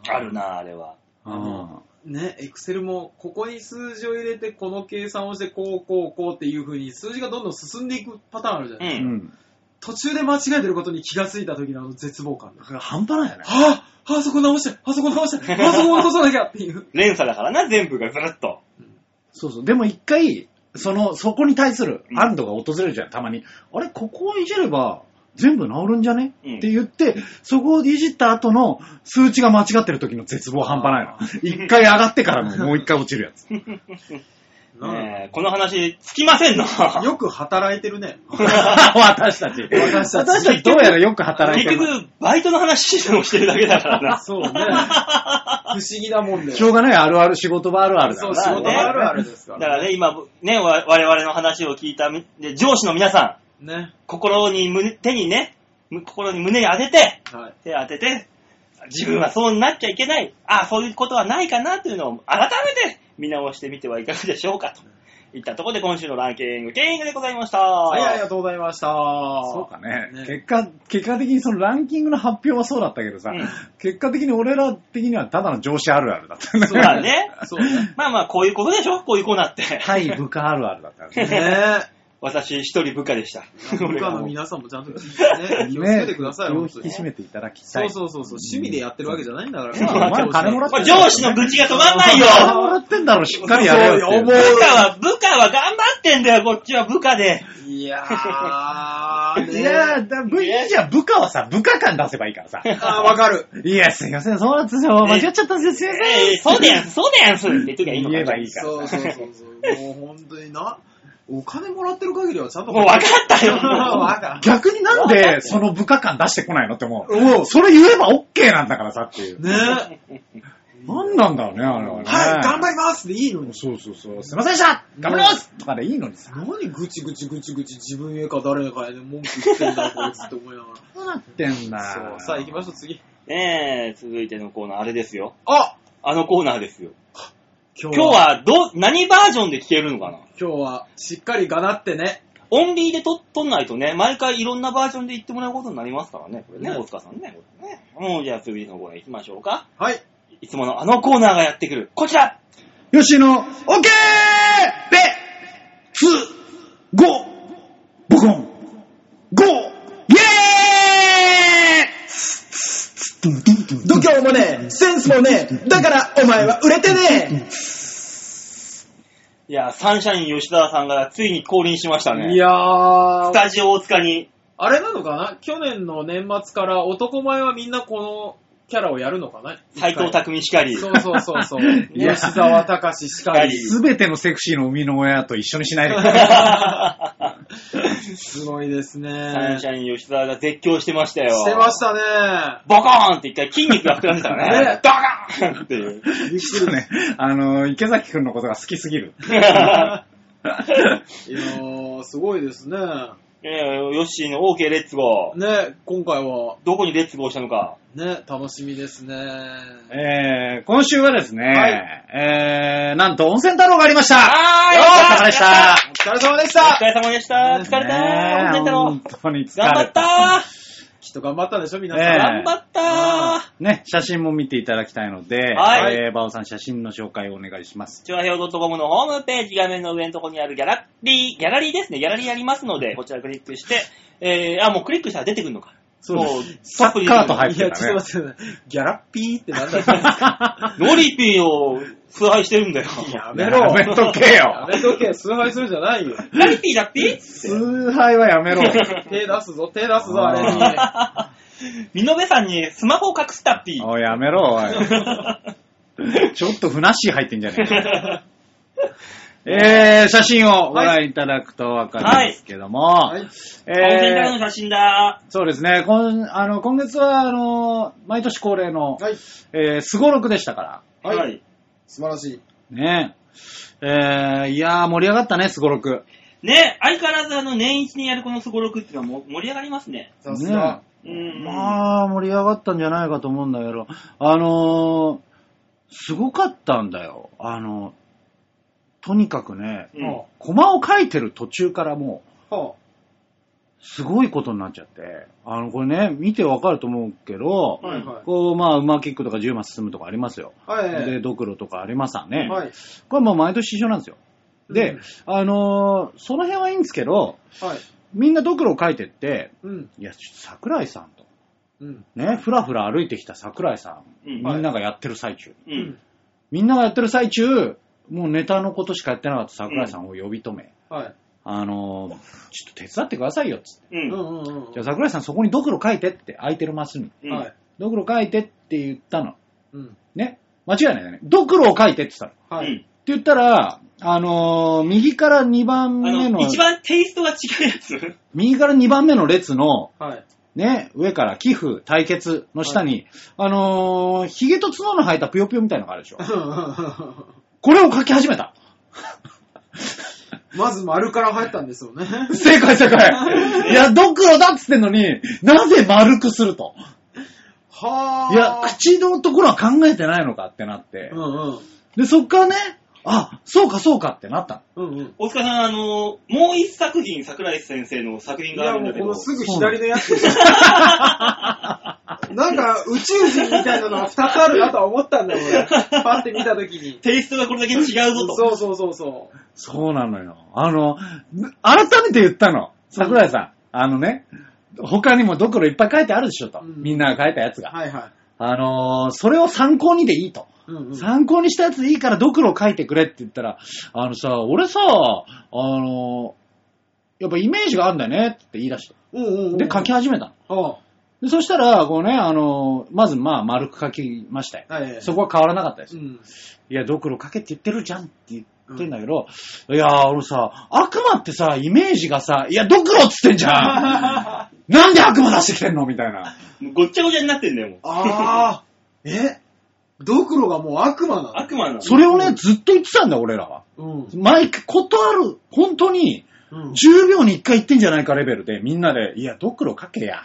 S2: あるな、あれは。
S3: うん
S1: うん
S3: ね、エクセルも、ここに数字を入れて、この計算をして、こう、こう、こうっていう風に、数字がどんどん進んでいくパターンあるじゃ
S2: う。
S3: ない、
S1: うんん。
S3: 途中で間違えてることに気がついた時のあの絶望感。
S1: だ
S3: は
S1: から半端ないよね。
S3: ぁ、あ、そこ直して、あそこ直して、あそこ落とさなきゃっていう。
S2: 連鎖だからな、全部がずらっと。
S1: そうそう。でも一回、その、そこに対する
S2: うん
S1: 安堵が訪れるじゃん、たまに。あれ、ここをいじれば、全部治るんじゃね、
S2: うん
S1: って言って、そこをいじった後の数値が間違ってる時の絶望半端ないの
S3: あ。
S1: 一回上がってからのもう一回落ちるやつ。
S3: なん
S2: ねえ、この話、つきませんな。
S3: かよく働いてるね。
S1: 私たち。
S3: 私たち
S1: 私たちどうやらよく働い
S2: 結
S1: てる。
S2: 局、バイトの話をしてるだけだから な。
S3: そうね。不思議なもんで。
S1: しょうがないあるある仕事場あるあるだ
S3: そう、
S1: から
S3: 仕
S1: ね
S3: 事があるあるですか
S2: だかららね、今、ね、わ我々の話を聞いたみで上司の皆さ
S3: ね。
S2: ん、心に胸、手にね、む心に胸に当てて、
S3: はい。
S2: 手当てて、自分はそうなっちゃいけない、あそういうことはないかなというのを改めて見直してみてはいかがでしょうかと。いったところで今週のランキング、ケイングでございました。
S3: はい、ありがとうございました。
S1: そうかね
S3: ね
S1: 結果、結果的にそのランキングの発表はそうだったけどさ、
S2: うん
S1: 結果的に俺ら的にはただの上司あるあるだったね。
S2: そうだね。
S3: そうね。
S2: まあまあ、こういうことでしょこういうコーナーって。
S1: 対部下あるあるだったね。
S3: ね
S2: 私一人部下でした。
S3: 部下の皆さんもちゃんと聞い てね、気をつけてください、
S1: ね
S3: 本
S1: 気
S3: 当
S1: を
S3: に
S1: 引き。締めていただきた
S3: そ
S1: い。
S3: うそうそう、そう趣味でやってるわけじゃないんだから。
S1: まあまあ金もらっ
S2: ま
S1: て
S2: あ、上司の愚痴が止まんないよ
S1: 金もらってんだろ、しっかりやれよっていう
S3: そう
S2: 部
S3: よ
S2: 下は、部下は頑張ってんだよ、こっちは部下 で。
S3: いやー、ね
S1: いやーだ、ぶいいじゃん、部下はさ、部下感出せばいいからさ。
S3: あーわかる。
S1: いや、すいません、そうなんですよ。間違っちゃったんですよ、すいません。
S2: えー、そうでやんす、そうでやんすって言っときゃいいのか
S1: 言えばい
S2: い。
S1: いから
S3: そうそうそうそう。もう本当にな、お金もらってる限りはちゃんと。
S2: もう分かった よ。
S3: わかる。
S1: 逆になんで、その部下感出してこないのって思う。
S3: おう
S1: それ言えば OK なんだからさっていう。
S3: ね
S1: なんなんだろうね、あれは
S3: はい
S1: ね。、
S3: 頑張りますでいいのに。
S1: そうそうそう。すいませんでした頑張りますとかでいいのにさ。
S3: 何ぐちぐちぐちぐち自分へか誰かへで文句言ってんだこいつって思いなが
S1: どうなってんだ
S3: ら。そう、さあ行きましょう、次。
S2: ねえ、続いてのコーナー、あれですよ。
S3: あ
S2: あのコーナーですよ。
S3: 今
S2: 今日、は、ど、何バージョンで聞けるのかな
S3: 今日は、しっかりがなってね。
S2: オンリーで撮撮んないとね、毎回いろんなバージョンで言ってもらうことになりますからね、これね、
S3: ね
S2: 大塚さんね。これねもうじゃあ次のコーナー行きましょうか。
S3: はい。
S2: いつものあのコーナーがやってくる。こちら
S1: よしの、オッケーべ、つ、ご、ボコン、ご、イエーイつつつつ
S4: 度胸もねえ、センスもねえ、だからお前は売れてね
S2: いや、サンシャイン吉沢さんがついに降臨しましたね。
S3: いや
S2: ス
S3: ー、
S2: タジオ大塚に。
S3: あれなのかな去年の年末から男前はみんなこのキャラをやるのかな
S2: 斎藤匠しかり。
S3: そうそうそうそう。
S1: いや
S3: 吉沢隆しかり。
S1: すべてのセクシーの生みの親と一緒にしない でください。
S3: すごいです
S2: サ
S3: ね
S2: ン。シャイン吉沢が絶叫してましたよ。
S3: してましたね。
S2: ボコーンって一回筋肉が膨らんでたからね
S3: ね。
S2: ドカーン っていう。
S1: ちょっとね、あの、池崎くんのことが好きすぎ る。
S3: いやー、すごいですね。
S2: いやいやヨッシーの OK レッツゴー。
S3: ね、今回は、
S2: どこにレッツゴーしたのか。
S3: ね、楽しみですね。
S1: えー、今週はですね、
S3: はい
S1: えー、なんと温泉太郎がありました
S2: あー
S1: よお
S2: や
S1: 疲
S2: っ
S1: れ
S2: た
S1: 様でした
S3: お疲れ様でし
S2: お
S3: た
S2: 疲れ様でした。疲れた
S1: ねえ
S2: ー。
S1: 本
S2: 本
S1: 当に疲
S2: 当頑張
S1: れ
S2: ったー。
S3: きっと頑張ったでしょ、皆
S1: ええ
S3: さ
S2: 頑
S3: ん。
S2: 張ったー。
S1: ね、写真も見ていただきたいので、
S2: はい
S1: えー、バオさん写真の紹介をお願いします。
S2: チョアヘオ .com のホームページ画面の上のところにあるギャラリー、ギャラリーですね。ギャラリーありますので、こちらクリックして、えー、あ、もうクリックしたら出てくるのか。
S1: そうです
S2: も
S1: サッカーと入っ
S3: い
S1: て
S3: や、
S1: た
S3: ちょ
S1: ね
S3: っ。と待って、ギャラッピーってなん だっ
S2: ノリピーを崇拝してるんだよ。
S3: けやめろ。
S1: やめとけ
S3: や
S1: よ。
S3: めとけ、崇拝するじゃないよ。
S2: ノリピーだっぴ
S1: 崇拝はやめろ。
S3: 手出すぞ、手出すぞ、あれに。
S2: みのべさんにスマホを隠すだっぴ
S1: おい、やめろ、おい。ちょっとふなっしー入ってんじゃねえか。えー、写真をご覧いただくとわかるんですけども、
S3: はい
S2: 温泉
S1: え
S2: から
S1: ー、
S2: の写真だ。
S1: そうですね、今あの今月はあの毎年恒例の
S4: はい、
S1: えーすごろくでしたから、
S4: はい
S2: はい。
S4: 素晴らしい。
S1: ね。えー、いやー、盛り上がったね、すごろく。
S2: ね、相変わらずあの年一にやるこのすごろくっていうのはもう盛り上がりますね。
S4: さすが。
S2: うん。
S1: まあ、盛り上がったんじゃないかと思うんだけど、あのー、すごかったんだよ。あの、とにかくね、
S2: うん
S3: は
S1: コマを書いてる途中からもう、
S3: あは
S1: すごいことになっちゃって、あの、これね、見てわかると思うけど
S3: あ、はいはい。
S1: こう、まあ、馬キックとか10マス進むとかありますよ。
S3: はいはい
S1: で、ドクロとかありますわね。
S3: はい。
S1: これはもう毎年一緒なんですよ。で、
S3: うん
S1: あのーその辺はいいんですけど、
S3: はい。
S1: みんなドクロを書いてって、
S3: うん。
S1: いや、ちょっと桜井さんと、
S3: うん。
S1: ね、ふらふら歩いてきた桜井さん、
S2: うん
S1: みんながやってる最中、
S2: う
S3: うんん。
S1: みんながやってる最中、もうネタのことしかやってなかった桜井さんを呼び止め、
S3: はい。
S1: あのーちょっと手伝ってくださいよっつって。
S2: う
S3: うん
S2: ん。
S3: うんうんうん。
S1: じゃあ桜井さんそこにドクロ書いてって、空いてるマスに。
S2: うん
S3: はい。
S1: ドクロ書いてって言ったの。
S3: うん。
S1: ね。間違いないよね。ドクロを書いてって言ったの。って
S2: う
S3: はい。
S2: ん。
S1: 言ったら、あのー右から2番
S2: あ
S1: 目の
S2: の、、一番テイストが違うやつ。
S1: 右から2番目の列の、
S3: はい。
S1: ね、上から寄付、対決の下に、あのー、髭と角の生えたぷよぷよみたいなのがあるでしょ。これを書き始めた。
S3: まず丸から入ったんですよ ね。
S1: 正解正解。 いや、ドクロだっつってんのに、なぜ丸くすると。
S3: はあ。
S1: いや、口のところは考えてないのかってなって
S3: う。ん
S1: で、そっからね、あ、そうかそうかってなった
S3: うん。うんうん。
S2: 大塚さん、あの、もう一作品、桜井先生の作品
S3: い
S2: があ
S3: や
S2: るん
S3: も
S2: だ
S3: う
S2: け
S3: こ
S2: ど
S3: の、すぐ 左のやつで しょなんか宇宙人みたいなのが2つあるなとは思ったんだよ、俺。パって見たとき に。
S2: テイストがこれだけ違うぞと。
S3: そうそうそうそ
S1: の。そうなのよ。あの、改めて言ったの。桜井さん。あのね、他にもドクロいっぱい書いてあるでしょと。
S3: うん
S1: みんなが書いたやつ
S3: う。
S1: が。
S3: はいはい。
S1: あのーそれを参考にでいいと。
S3: うんうん。
S1: 参考にしたやつでいいからドクロ書いてくれって言ったら、あのさ、俺さ、あのやっぱイメージがあるんだよねって言い出して。
S3: うんうんうん。
S1: で、書き始めたの。
S3: は
S1: で、そしたら、こうね、あのまずまあ丸く書きましたよ。
S3: あ。はい。
S1: そこは変わらなかったで
S3: う
S1: す。
S3: ん。
S1: いや、ドクロ書けって言ってるじゃんって言ってんだけど、いや、俺さ、悪魔ってさ、イメージがさ、いや、ドクロっつってんじ ゃんなんで悪魔出してきてんのみたいな。
S2: ごっちゃごちゃになってんだよ、もう。
S3: ああ。えドクロがもう悪魔な
S2: 悪魔なの。
S1: それをね、ずっと言ってたんだよ、俺らは。
S3: の
S1: 毎回、断る、本当に、
S3: うん。うん。
S1: 10秒に1回言ってんじゃないかレベルで、みんなで、いや、ドクロ書けや。っ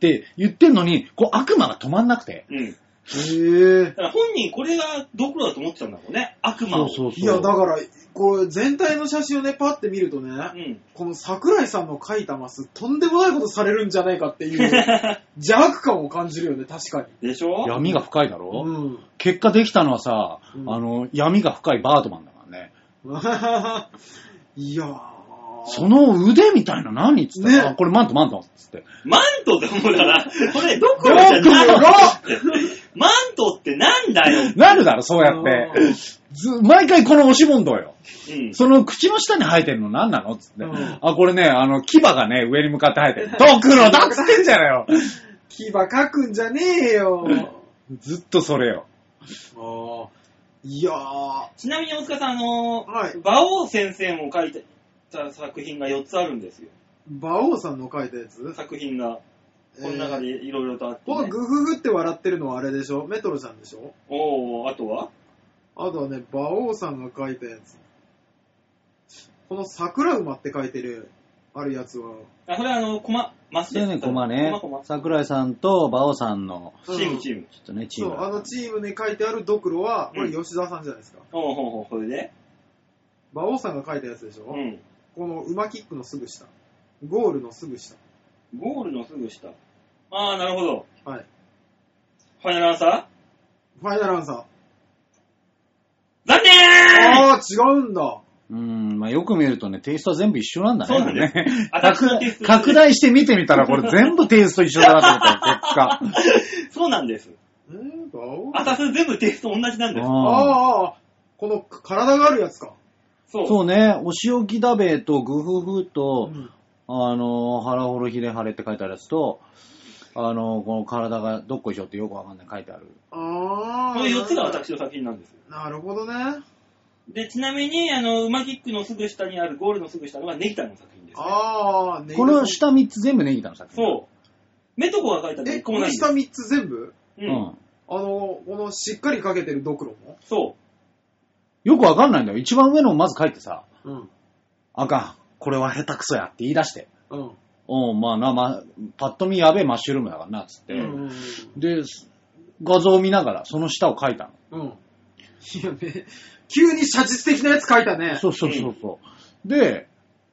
S1: て言ってんのに、こう、悪魔が止まんなくて。
S2: うん。だ
S3: へえ。
S2: から本人これがドクロだと思ってたんだろうね。悪魔
S1: そ
S2: を。
S1: うそうそう。
S3: いや、だから、これ全体の写真をね、パって見るとね、
S2: うん。
S3: この桜井さんの描いたマス、とんでもないことされるんじゃないかっていう 邪悪感を感じるよね、確かに。
S2: でしょ
S1: 闇が深いだろ、
S3: うん。
S1: 結果できたのはさ、
S3: うん
S1: あの、闇が深いバードマンだからね。
S3: いやー、
S1: その腕みたいな何っつって、
S3: ね
S1: あ、これマントマントっつって。
S2: マントって思うから、これどころじゃない
S1: どころ
S2: マントってなんだよ。
S1: なるだろ、そうやって。ず毎回この押し問答よ。
S2: うん。
S1: その口の下に生えてるの何なのっつって。
S3: うん
S1: あ、これね、あの、牙がね、上に向かって生えてる。ドクロだっつってんじゃないよ。
S4: 牙かくんじゃねえ よ。
S1: ずっとそれよ。
S3: ああ。いやー。
S2: ちなみに大塚さん、あのー、
S3: はい
S2: 馬王先生も書いてた作品が4つあるんですよ。
S3: 馬王さんの書いたやつ
S2: 作品が、この中でいろいろとあって、
S3: この
S2: ね。
S3: グフフって笑ってるのはあれでしょメトロちゃんでしょ
S2: おー、あとは
S3: あとはね、馬王さんが書いたやつ。この桜馬って書いてる、あるやつは。
S2: あ、それはあの、コマ、マス
S1: それ ね、駒ね
S2: コマ、コ
S1: 桜井さんと馬王さんの、
S2: マ。チーム、チーム。
S1: ちょっとね、チー
S3: そう、あ
S1: ム。
S3: のチームに書いてあるドクロは、これ吉田さんじゃないですか。
S2: おー、ほうほう、それで。
S3: 馬王さんが書いたやつでしょ、
S2: うん。
S3: この馬キックのすぐ下。ゴールのすぐ下。
S2: ゴールのすぐ下。あー、なるほど。
S3: はい。
S2: ファイナルアンサ
S3: ファイナルアンサー。
S2: ー残念
S3: ああ、違うんだ。
S1: うん、まあよく見るとね、テイストは全部一緒なんだね。
S2: そうなんです
S1: これね
S2: 私のテイス ト
S1: 拡拡大して見てみたら、これ全部テイスト一緒だなと思ったよ、
S2: そうなんです。
S3: えー、馬王
S2: あたす全部テイスト同じな
S1: 結
S2: ん で
S1: 果。。あ
S2: す
S1: ー
S3: あーあー、この体があるやつか。
S2: そう。
S1: そうね、お仕置きだべと、グフフ
S3: う
S1: と、
S3: ん
S1: あの、腹ほろひれ晴れって書いてあるやつと、あの、この体がどっこいしょってよくわかんない書いてある。
S3: ああ。
S2: この4つが私の作品なんです。
S3: なるほどね。
S2: で、ちなみに、あの、馬キックのすぐ下にある、ゴールのすぐ下のがネギタの作品です、ね。
S3: ああ、ね
S1: この下3つ全部ネギタの作品。
S2: そう。メトコが書いた
S3: え、
S2: ネ
S3: こ
S2: コもな
S3: の
S2: いんで
S3: 下
S2: す。
S3: 3つ全部
S2: う。
S1: うんん。
S3: あの、このしっかりかけてるドクロも
S2: そ
S1: よくわかんないんだよ。一番上のをまず書いてさ、
S3: うん。
S1: あかん、これは下手くそやって言い出して。
S3: うん。
S1: うん、まあな、まあ、パッと見やべえマッシュルームだからな、つって。
S3: うん。
S1: で、画像を見ながらその下を書いた
S3: うん。いやね、急に写実的なやつ書いた
S1: の。
S3: ね。
S1: そうそうそうそう。で、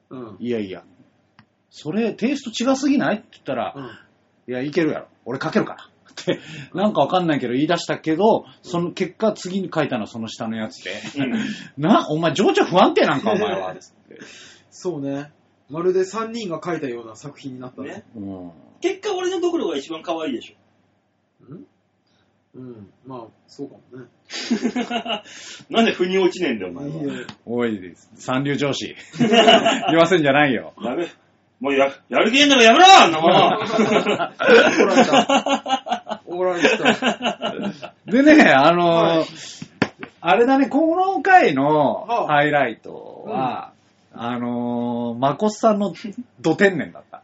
S3: うん。
S1: いやいや、それテイスト違すぎないって言ったら、
S3: うん。
S1: いや、いけるやろ。俺書けるから。って、なんかわかんないけど言い出したけど、その結果次に書いたのはその下のやつで。
S2: う。うん。
S1: な、お前情緒不安定なんかお前は。つって
S3: そうね。まるで3人が書いたような作品になったね。
S1: うん。
S2: 結果、俺のドクロが一番可愛い でしょ。
S3: うんうん。まあ、そうかもね。
S2: なんで腑に落ちねえんだよ、お前
S3: いいよ
S2: は。
S1: 多いです。三流上 司。言わせんじゃないよ。
S2: やべ。もうや、やる気ねえんだからやめろあんなもん
S3: 怒られた。怒られた。
S1: でね、あのー
S3: はい
S1: あれだね、この回の
S3: はあ
S1: ハイライトは、あのー、マコスさんのド天然だった。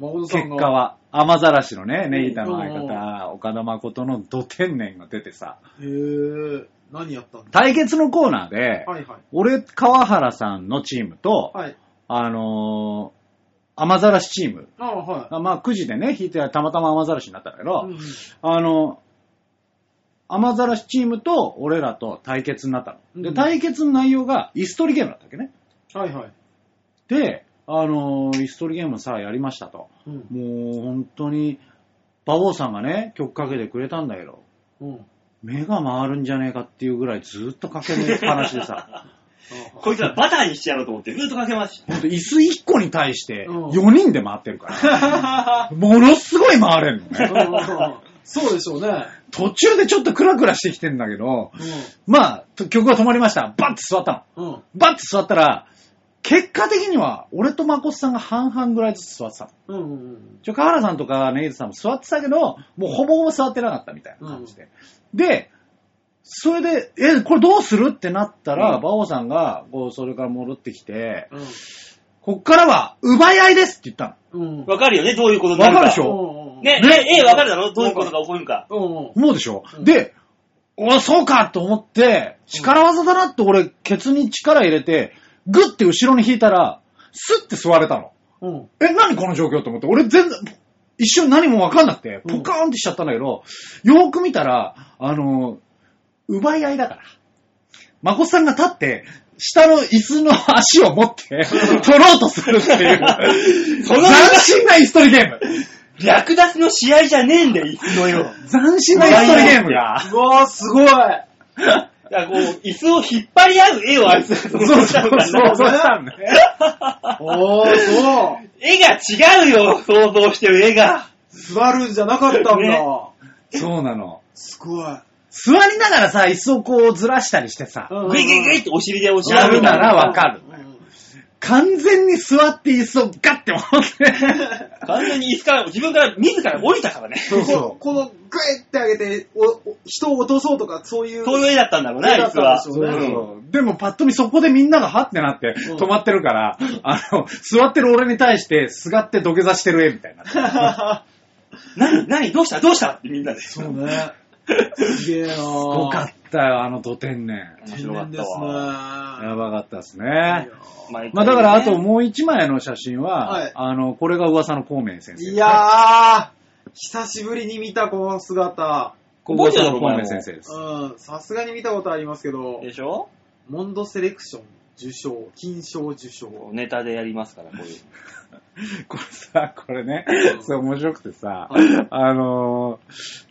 S3: 誠
S1: 結
S3: さんが。
S1: 果は。雨ざらしのね、ネギタの相
S3: うん
S1: 方、岡田誠のド天然が出てさ、
S3: へえ。何やったんだ
S1: 対決のコーナーで、
S3: はいはい。
S1: 俺、川原さんのチームと、
S3: はい。
S1: あのー、雨ざらしチーム、
S3: ああ、はい。
S1: まあ、くじでね、引いてたまたま雨ざらしになったんだけど、
S3: うん
S1: あの、雨ざらしチームと俺らと対決になったの。
S3: う
S1: で、
S3: ん
S1: 対決の内容が椅子取りゲームだったっけね。
S3: はいはい。
S1: で、あのー椅子取りゲームさ、やりましたと。
S3: うん。
S1: もう本当に、馬王さんがね、曲かけてくれたんだけど、
S3: うん。
S1: 目が回るんじゃねえかっていうぐらいずっとかけるっぱなしで さ、
S2: こいつらバターにしてやろうと思ってずっとかけま した。
S1: ほんと椅子1個に対して
S3: うん
S1: 4人で回ってるから、ものすごい回れるの ね。
S3: そうでしょうね。
S1: 途中でちょっとクラクラしてきてんだけど、まあ、と曲が止まりました。バッて座ったの。
S3: うん。うん。
S1: バッて座ったら、結果的には、俺とマコスさんが半々ぐらいずつ座ってたの。
S3: うんうん
S1: ちょ、河原さんとかネイズさんも座ってたけど、もうほぼほぼ座ってなかったみたいな感じで。で、それで、え、これどうするってなったら、
S2: うん
S1: 馬王さんが、こう、それから戻ってきて、
S3: うん。
S1: こっからは、奪い合いですって言った
S3: うん。
S2: わかるよね、どういうことになるか。
S1: わかるでしょ
S3: うん。
S2: ね、
S1: ね
S2: え、え、わかるだろどういうことが起こるか。
S3: うんうん。
S1: の。思うでしょ、
S3: うん
S1: で、おそうかと思って、力技だなって俺、ケツに力入れて、グッて後ろに引いたら、スッて座れたの。
S3: うん。
S1: え、何この状況と思って、俺全然、一瞬何もわかんなくて、
S3: うん
S1: ポカーンってしちゃったんだけど、よーく見たら、あのー、奪い合いだから。マコさんが立って、下の椅子の足を持 って、取ろうとするって いう、
S2: その
S1: 斬新な椅子取りゲーム。
S2: 略奪の 試合じゃねえんだよ、いつのよ。
S1: 斬新な椅子取りゲームが。
S3: うわー、すごい。
S2: からこう、椅子を引っ張り合う絵をあいつが想像したのかな
S1: そうしたんね。
S3: おー、そ
S2: 絵が違うよ、想像してる絵が。
S3: う。座るんじゃなかったんだ。
S2: ね
S1: そうなの。
S3: すごい。
S1: 座りながらさ、椅子をこうずらしたりしてさ、
S2: グイグイグイってお尻で押し
S1: や
S2: 合う
S1: る
S2: みた
S1: ないらわ
S2: な。
S1: かる。完全に座って椅子をガッて持って。
S2: 完全に椅子から、自分から、自ら降りたからね。
S1: そうそ
S3: このグイって上げておお人を落とそうとか、そういう。
S2: そういう絵だったんだろうね、
S3: 絵
S2: あ
S3: だ
S2: い
S3: っ
S2: つ
S3: たん
S2: は
S3: でし
S1: う。
S3: ょ
S1: そう
S3: ね
S1: そう。でもパッと見そこでみんながハッてなって
S3: うん
S1: 止まってるから、あの、座ってる俺に対してすがって土下座してる絵みたいな。
S2: 何、何、どうした、どうしたってみんなで。
S3: そうね。すげえなぁ。す
S1: よかったよ、あの土天然。
S2: 面白かった
S3: ですね。
S2: わ。
S1: やばかったです
S3: い
S1: ね
S3: や。
S2: 毎回ね
S1: まあだからあともう一枚の写真は、
S3: はい
S1: あの、これが噂の孔明先生。
S3: いやー、久しぶりに見たこの姿。
S1: ここが噂の孔明先生です。
S3: うん、さすがに見たことありますけど、
S2: でしょ
S3: モンドセレクション受賞、金賞受賞。
S2: ネタでやりますから、こういう。
S1: これさ、これね
S3: う、ん
S1: それ面白くてさ
S3: はい、
S1: あのー、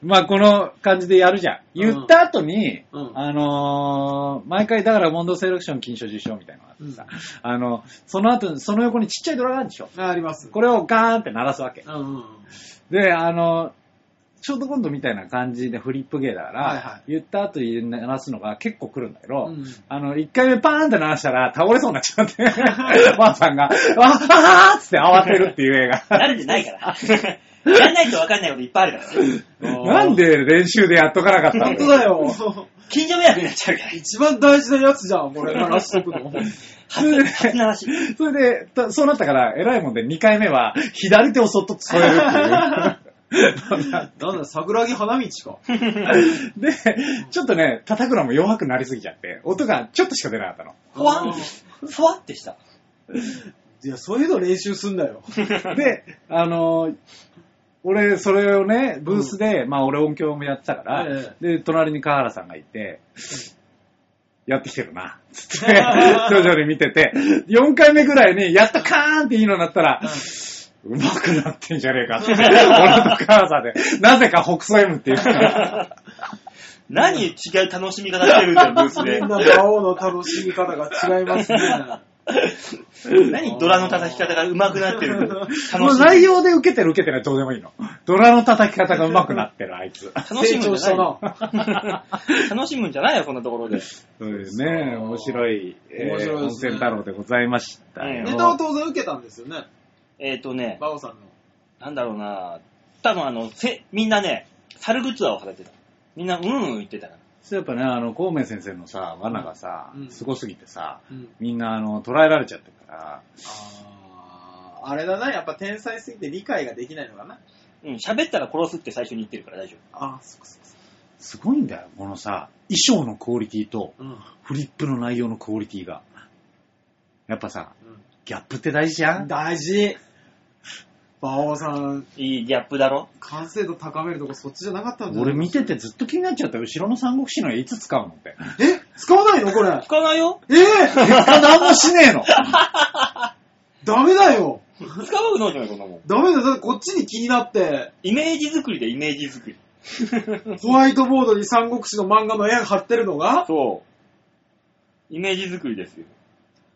S1: まあこの感じでやるじゃん。言った後に、
S3: うん
S1: あのー、毎回だからモンドセレクション金賞受賞みたいなのがあってさ、あの、その後、その横にちっちゃいドラがあるでしょ。
S3: ああります。
S1: これをガーンって鳴らすわけ。
S3: うんうん。
S1: で、あの、ショートコントみたいな感じでフリップ芸だから、
S3: はいはい
S1: 言った後に鳴らすのが結構来るんだけど、
S3: うん
S1: あの、一回目パーンって鳴らしたら倒れそうになっちゃって、ワンさんが、ああーっつって慌てるっていう映画。
S2: 慣れてないから。やんないとわかんないこといっぱいあるからね。
S1: なんで練習でやっとかなかった
S3: 本
S1: ん
S3: 当だ。よ。
S2: 近所迷惑になっちゃうから。
S3: 一番大事なやつじゃん、これ、鳴らしとくの。
S2: 初、初ならし。
S1: それで、たそうなったから、偉いもんで2回目は左手をそっと添えるっていう。
S3: なんだ、桜木花道か。
S1: で、ちょっとね、叩くのも弱くなりすぎちゃって、音がちょっとしか出なかったの。
S2: ほわん、ふわってした。
S3: いや、そういうの練習すんだよ。
S1: で、あのー俺、それをね、ブースで、まあ俺音響もやってたから、
S3: え
S1: で、隣に川原さんがいて、やってきてるな、つって、徐々に見てて、4回目ぐらいに、やったカーンっていいのになったら、うまくなってんじゃねえかって、俺と川原さんで、なぜか北総 M っていうか、
S2: 何違う楽しみ方してるんだよ、ブース
S3: み
S2: で
S3: ん。な魔王の楽しみ方が違いますね。
S2: 何ドラの叩き方が上手くなってる楽し
S1: もう
S2: み。
S1: 内容で受けてる受けてないどうでもいいの。ドラの叩き方がうまくなってる、あいつ。
S2: 楽しむんじゃ
S3: 成
S2: ない楽しむんじゃないよ、こんなところで。
S1: そうですね、面白い、えー
S3: 面白いですね
S1: 温泉太郎でございましたよ。
S2: うん
S3: ネタは当然受けたんですよね、
S2: えっ、とね、
S3: 馬王さんの。
S2: なんだろうな多分あの、せ、みんなね、猿グッズを貼れてた。みんな、うんうん言ってたから。
S1: そうやっぱね、あの、孔明先生のさ、罠がさ、
S3: うん
S1: すごすぎてさ、
S3: うん
S1: みんなあの、捉えられちゃってるから、
S3: あーあれだな、やっぱ天才すぎて理解ができないのかな。
S2: うん、喋ったら殺すって最初に言ってるから大丈
S3: あーそっかそっかそっ
S1: すごいんだよ、このさ、衣装のクオリティと、
S3: かうん。
S1: フリップの内容のクオリティが。やっぱさ、
S3: うん
S1: ギャップって大事じゃん
S3: 大事。馬王さん、
S2: 夫。いいギャップだろ
S3: 完成度高めるとこそっちじゃなかったんだ
S1: 俺見ててずっと気になっちゃった後ろの三国志の絵いつ使うのって。
S3: え使わないのこれ
S2: 聞。かないよ
S3: えー、
S1: 結果何もしねえの
S3: ダメだよ。
S2: 使うわけないじゃない、こんなもん。
S3: ダメだよ。だってこっちに気になって、
S2: イメージ作りでイメージ作り。
S3: ホワイトボードに三国志の漫画の絵貼ってるのが
S2: そう。イメージ作りですよ。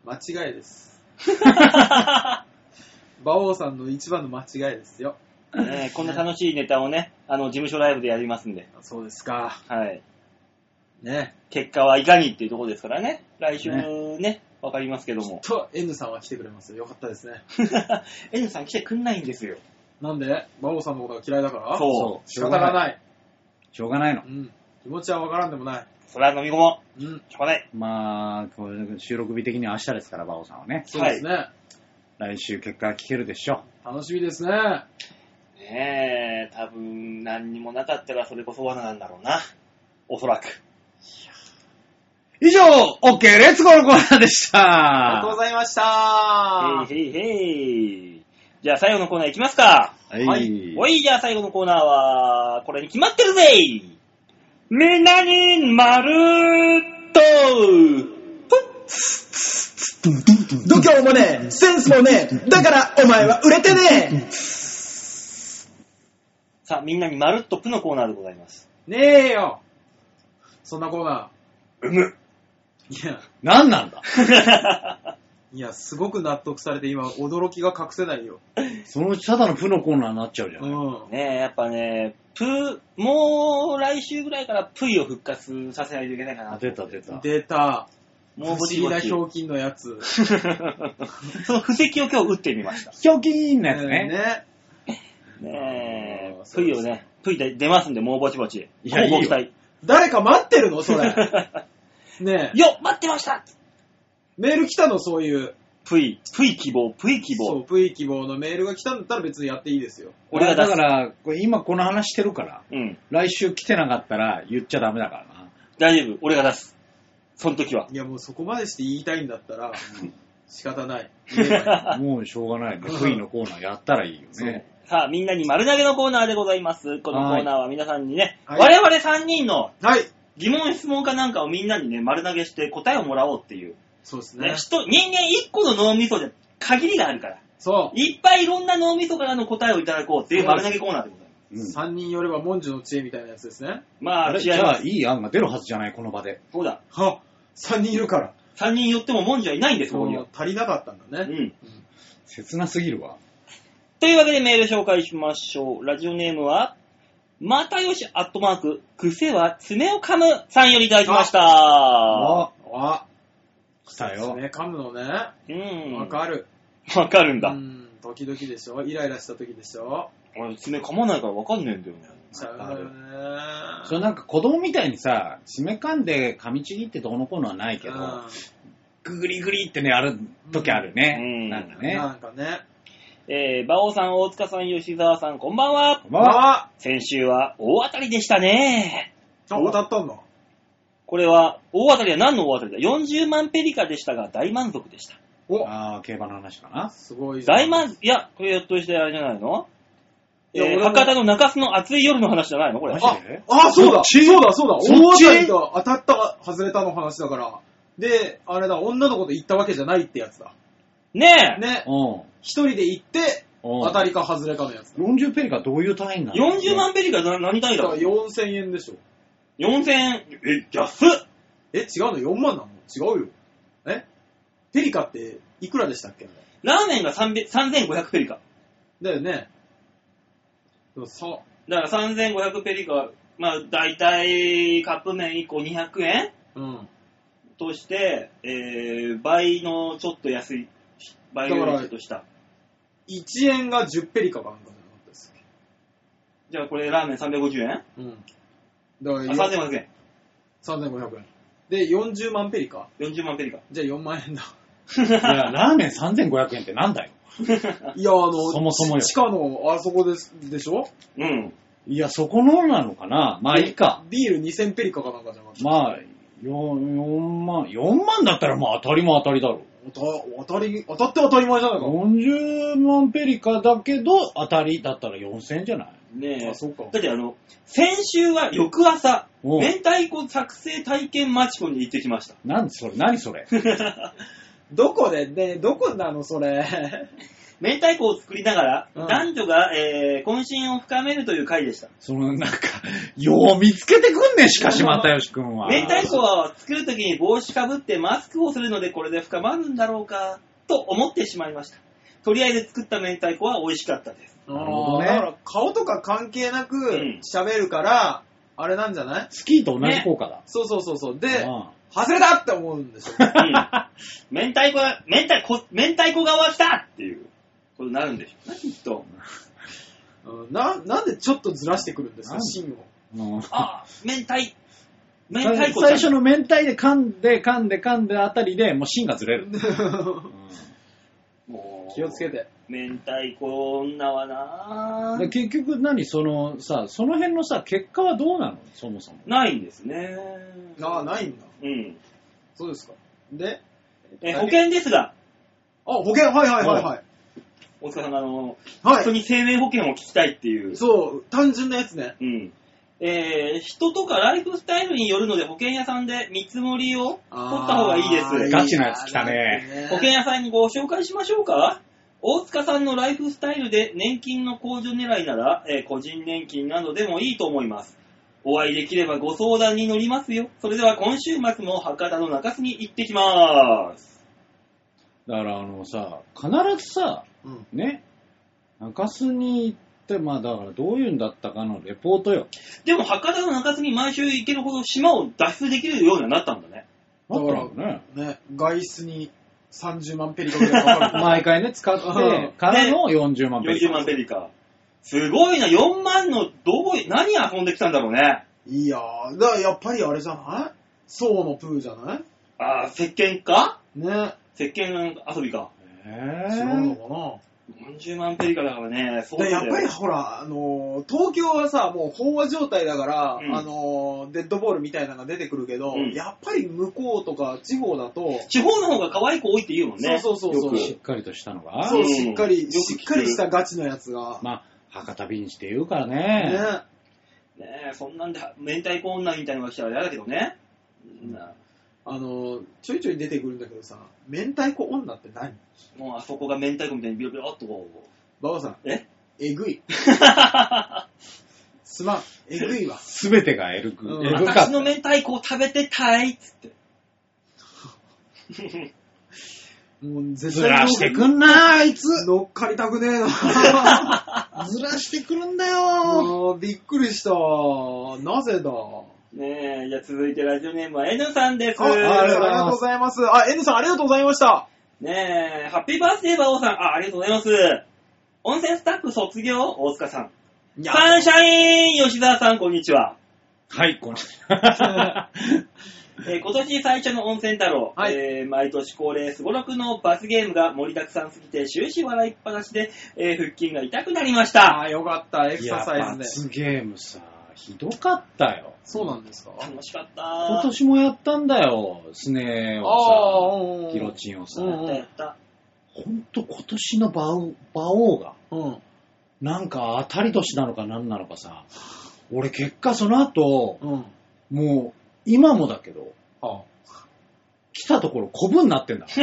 S3: 間違い です。馬王さんの一番の間違いですよ。
S2: ね、こんな楽しいネタをね、あの、事務所ライブでやりますんで。
S3: そうですか。
S2: はい。
S3: ね。
S2: 結果はいかにっていうところですからね。来週ね、わ、かりますけども。
S3: と、N さんは来てくれますよ。よかったですね。
S2: N さん来てくんないんですよ。
S3: なんで馬王さんのことが嫌いだから
S2: そう
S1: そう。
S3: 仕方が
S1: い。
S3: ない。
S1: しょうがないの
S3: う。ん。気持ちはわからんでもない。
S2: それは飲み込も
S3: うん。
S2: う。しょうがない。
S1: まあ、これ収録日的には明日ですから、バオさんはね。
S3: そうですね。
S1: 来週結果が聞けるでしょ
S3: 楽しみですね。
S2: ねえ、多分何にもなかったらそれこそ罠なんだろうな。おそらく。
S1: う。以上、OK、レッツゴーのコーナーでし
S3: ありがと
S1: た
S3: うご。ざいました。
S2: へいへいへい。じゃあ最後のコーナーいきますか。
S1: は。
S3: はい
S2: おい、じゃあ最後のコーナーは、これに決まってるぜみんなにまるっと
S4: 度胸もねえ、センスもねえ、だからお前は売れてね
S2: さあ、みんなにまるっとプのコーナーでございます。
S3: ねえよ。そんなコーナ
S2: うむ。
S3: いや、
S1: 何なんだ
S3: いや、すごく納得されて今、驚きが隠せないよ。
S1: そのうちただのプのコーナーになっちゃうじゃ。
S3: うんん。
S2: ねえ、やっぱね、プー、もう来週ぐらいからプイを復活させないといけないかな。
S1: 出た出た。
S3: 出た。
S2: もう
S3: 不
S2: ぼ
S3: 思
S2: ち
S3: 議
S2: ぼ
S3: な
S2: ち。
S3: 表金のやつ。
S2: その布石を今日打ってみました。
S1: ひょきーんなやつね。
S3: ね。
S2: ねえ
S3: あー、
S2: プイをね、プイで出ますんで、もうぼちぼち。
S1: いや
S2: 乞うご
S1: いいよ
S2: 期待
S3: 誰か待ってるのそ れ。ねえ。
S2: よっ待ってました
S3: メール来たのそういう。
S2: プイ、プイ希望、プイ希
S3: そ
S2: 望。
S3: う、V 希望のメールが来たんだったら別にやっていいですよ。
S2: 俺が出
S1: だ
S2: す
S1: から、これ今この話してるから、
S2: うん。
S1: 来週来てなかったら言っちゃダメだからな。
S2: 大丈夫、俺が出す。その時は。
S3: いや、もうそこまでして言いたいんだったら、仕方ない。
S1: もうしょうがないね。不意のコーナーやったらいいよね。
S2: さあ、みんなに丸投げのコーナーでございます。このコーナーは皆さんにね、
S3: はい
S2: 我々3人の
S3: はい。
S2: 疑問、質問かなんかをみんなにね、丸投げして答えをもらおうっていう。
S3: そうです
S2: ね、
S3: ね。
S2: 人人間1個の脳みそで限りがあるから。
S3: そ
S2: いっぱいいろんな脳みそからの答えをいただこうっていう丸投げコーナーでございます。
S3: う。
S1: うん
S3: 三人よれば文殊の知恵みたいなやつですね。
S2: ま
S1: あ
S2: あ、
S1: れ
S2: 違い
S1: じゃ
S2: ま
S1: あ
S2: す。
S1: いい案が出るはずじゃない、この場で。
S2: そうだ。
S3: は三人いるから。
S2: 3人寄っても文字はいないんです、ここに
S3: も
S2: は
S3: う。足りなかったん
S2: う
S3: だね。
S2: ん。
S1: 切なすぎるわ。
S2: というわけでメール紹介しましょう。ラジオネームは、またよしアットマーク、癖は爪を噛むさんよりいただきました。
S1: あ、
S3: あ、
S1: 来たよ。
S3: 爪噛むのね。わ、
S2: うん。
S3: かる。
S2: わかるん
S3: う
S2: だ。
S3: ん。時々でしょイライラした時でしょ
S2: 俺爪噛まないからわかんねえんだよね。
S3: ちゃうよね。
S1: それなんか子供みたいにさ、爪噛んで噛みちぎってどうのこうのはないけど、
S3: う
S1: グリグリってね、ある時あるね。
S2: うん
S1: なんか
S3: ん、
S1: ね。
S3: なんかね。
S2: えー、馬王さん、大塚さん、吉沢さん、こんばんは。
S1: まあ、
S3: あ
S2: 先週は大当たりでしたね。
S3: あ、歌ったんだ。
S2: これは、大当たりは何の大当たりだ ?40 万ペリカでしたが、大満足でした。
S3: お
S1: あー競馬の話かな。
S3: すごいじゃん
S2: 大満足、いや、これやっとしてあれじゃないの
S3: いや
S2: えー
S3: 俺も
S2: 博多の中洲の暑い夜の話じゃないのこれ。
S1: マジ
S3: あ
S1: で、
S3: あ、そう
S1: そ
S3: だ
S1: っち
S3: そうだそうだ
S1: そっ
S3: 大
S1: ち
S3: 当たりが当たったか外れたの話だから。で、あれだ、女の子と行ったわけじゃないってやつだ。
S2: ねえ、
S3: ね。
S1: うん。
S3: 一人で行って、
S1: うん
S3: 当たりか外れかのやつだ。
S1: 40ペリカどういう単位なの
S2: 40万ペリカな何単位
S3: だ
S2: だ
S3: から4000円でしょ。
S2: ?4000 円。え、安っ
S3: え、違うの ?4 万なの違うよ。えペリカっていくらでしたっけあれ
S2: ラーメンが300 3500ペリカ。
S3: だよね。でもさ、
S2: だから3500ペリカ、まあ大体カップ麺1個200円
S3: うん。
S2: として、えー、倍のちょっと安い、倍よりちょっとした。
S3: 1円が10ペリカかなんかじゃなかったですっ
S2: じゃあこれラーメン350円
S3: けうん。だ
S2: あ、
S3: からよ
S2: 3500円。
S3: 3500円。で、40万ペリカ
S2: 40万ペリカ。
S3: じゃあ4万円だ。
S1: いや、ラーメン3500円ってなんだよ。
S3: いや、あの、
S1: そもそもよ
S3: 地下のあそこですでしょ
S2: うん。
S1: いや、そこのなのかなまあいいか。
S3: ビール2000ペリカかなんかじゃなかった。
S1: まあ、4, 万、4万だったらまあ当たりも当たりだろう。
S3: 当た当たり、当たって当たり前じゃないか。
S1: 40万ペリカだけど、当たりだったら4000じゃない
S2: ねえ
S3: あ、。そうか。
S2: だってあの、先週は翌朝、
S1: うん
S2: 明太子作成体験マチコンに行ってきました。
S1: 何それ何そ れ
S3: どこでね、どこなの、それ。
S2: 明太子を作りながら、
S3: うん
S2: 男女が、えー、懇親を深めるという回でした。
S1: そのなんか、よう見つけてくんね、しかしまたよしくんは。
S2: 明太子は作るときに帽子かぶってマスクをするのでこれで深まるんだろうか、と思ってしまいました。とりあえず作った明太子は美味しかったです。
S1: なるほどね
S3: あーだから、顔とか関係なく
S2: うん
S3: 喋るから、あれなんじゃない
S1: スキーと同じ効果だ。
S3: そうそうそうそう。
S1: う
S3: で、
S1: ん
S3: 外れだって思う んでしょ。
S2: うん、明太子は、明太子、明太子側来たっていうことになるんでしょうね、きっと。
S3: うんな、なんでちょっとずらしてくるんです
S1: な
S3: か、
S1: ん
S3: 芯を。
S1: うん
S2: ああ、明太、明
S1: 最
S2: 太子
S1: 最初の明太で噛んで噛んで噛んであたりでもう芯がずれる。
S3: 気をつけ。て。
S2: 明太子女はな
S1: で結局何そのさ、その辺のさ、結果はどうなのそもそも。
S2: ないんですね。
S3: ああ、ないんだ。
S2: うん。
S3: そうですか。で、
S2: え、保険ですが、
S3: あ、保険、はいはいはいはい。
S2: 大塚さんがあの、
S3: はい
S2: 人。に生命保険を聞きたいっていう。
S3: そう、単純なやつね。
S2: うん。えー、人とかライフスタイルによるので保険屋さんで見積もりを取った方がいいです。
S3: あー
S1: ガチなやつ来たね。
S3: いいな
S2: 保険屋さんにご紹介しましょうか大塚さんのライフスタイルで年金の控除狙いなら、えー個人年金などでもいいと思います。お会いできればご相談に乗りますよ。それでは今週末も博多の中洲に行ってきまーす。
S1: だからあのさ、必ずさ、
S3: うん
S1: ね、中洲に行って、まあだからどういうんだったかのレポート よ。
S2: でも博多の中洲に毎週行けるほど島を脱出できるようにはなったんだね。
S1: だ
S3: だ
S1: か
S3: からら
S1: ね、
S3: ね、外出に30万ペリカぐらいかかる。
S1: 毎回ね、使ってからの40万ペリ
S2: 40万ペリカ。すごいな、4万の、どこ、何遊んできたんだろうね。
S3: いやー、だからやっぱりあれじゃない層のプーじゃない
S2: あー、石鹸か
S3: ね、
S2: 石鹸遊びか。
S1: え
S3: 違うのかな、
S2: 40万ペリカだからね、そう
S3: で
S2: だ
S3: や
S2: よ
S3: っぱりほら、あのー東京はさ、もう飽和状態だから、
S2: うん
S3: あのーデッドボールみたいなのが出てくるけど、
S2: うん
S3: やっぱり向こうとか地方だと、
S2: 地方の方が可愛い子多いって言うもんね。
S3: そうそうそうそう
S2: よ
S1: し
S2: く
S1: っかりとしたのが、
S3: そうう、
S2: ん
S3: しっかり、
S2: よく聞
S3: し
S2: く
S3: っかりしたガチのやつが、
S1: まあ、博多便士って言うからね。
S3: ね、
S2: ねえ、そんなんで、明太子女みたいなのが来たら嫌だけどね。な
S3: あのーちょいちょい出てくるんだけどさ、明太子女って何
S2: もうあそこが明太子みたいにビロビロっとこう。
S3: ババさん、
S2: え
S3: えぐい。すまん、えぐいわ。
S1: すべてがエルく、
S3: うん
S1: エルかっ
S2: 私の明太子を食べてたいっつって。
S3: もう
S1: た。
S3: 絶
S1: ず
S3: 対
S1: らしてくんなあいつ。
S3: 乗っかりたくねえな。
S1: ずらしてくるんだよ。
S3: もうびっくりした。なぜだ
S2: ねえ、じゃあ続いてラジオネームは N さんです。
S3: あありがとうございます。あ、N さんありがとうございました。
S2: ねえ、ハッピーバースデーバオさん。あ、ありがとうございます。温泉スタッフ卒業大塚さん。
S3: いや
S2: サンシャイン吉沢さん、こんにちは。
S1: はい、こんにちは
S3: は。
S2: えー今年最初の温泉太郎、
S3: はい
S2: えー毎年恒例すごろくの罰ゲームが盛りだくさんすぎて終始笑いっぱなしで、えー腹筋が痛くなりました
S3: あよかった、エク
S1: い
S3: サ
S1: や、
S3: サイズで。
S1: 罰ゲームさ、ひどかったよ。
S3: そうなんですか
S2: 楽しかった
S1: 今年もやったんだよ、スネ
S3: あ
S1: を
S3: ーうんう
S1: さ、
S3: ん
S1: ギロチンをさ。
S3: う
S2: や
S3: ん
S2: ったやった
S1: ほんと今年の馬王馬王が、
S3: うん。
S1: なんか当たり年なのか何なのかさ、俺結果その後、
S3: うん。
S1: もう今もだけど、
S3: あ
S1: 来たところコブになってんだ。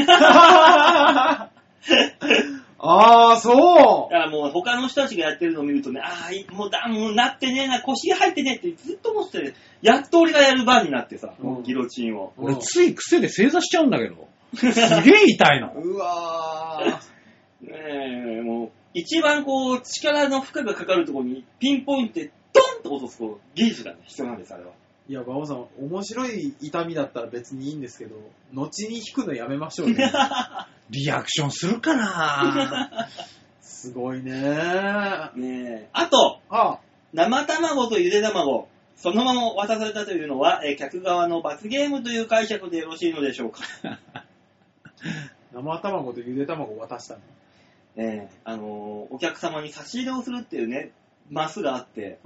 S3: あー、そ
S2: だからもう他の人たちがやってるのを見るとね、ああ、もうだ、もうなってねえな、腰入ってねえってずっと思ってて、やっと俺がやる番になってさ、
S3: うん
S2: ギロチンを。
S3: う。
S1: 俺つい癖で正座しちゃうんだけど、すげえ痛い の。
S3: うわー。
S2: ねえ、もう、一番こう、力の負荷がかかるところにピンポイントでドンと落とす、こう、技術がね、必要なんです、あれは。
S3: いや、馬王さん、面白い痛みだったら別にいいんですけど、後に引くのやめましょうね。
S1: リアクションするか な
S3: すごいねー。
S2: ねえ、あと、
S3: あ、
S2: 生卵とゆで卵、そのまま渡されたというのは、えー客側の罰ゲームという解釈でよろしいのでしょうか。
S3: 生卵とゆで卵を渡したの。
S2: えーあのーお客様に差し入れをするっていうね、マスがあって、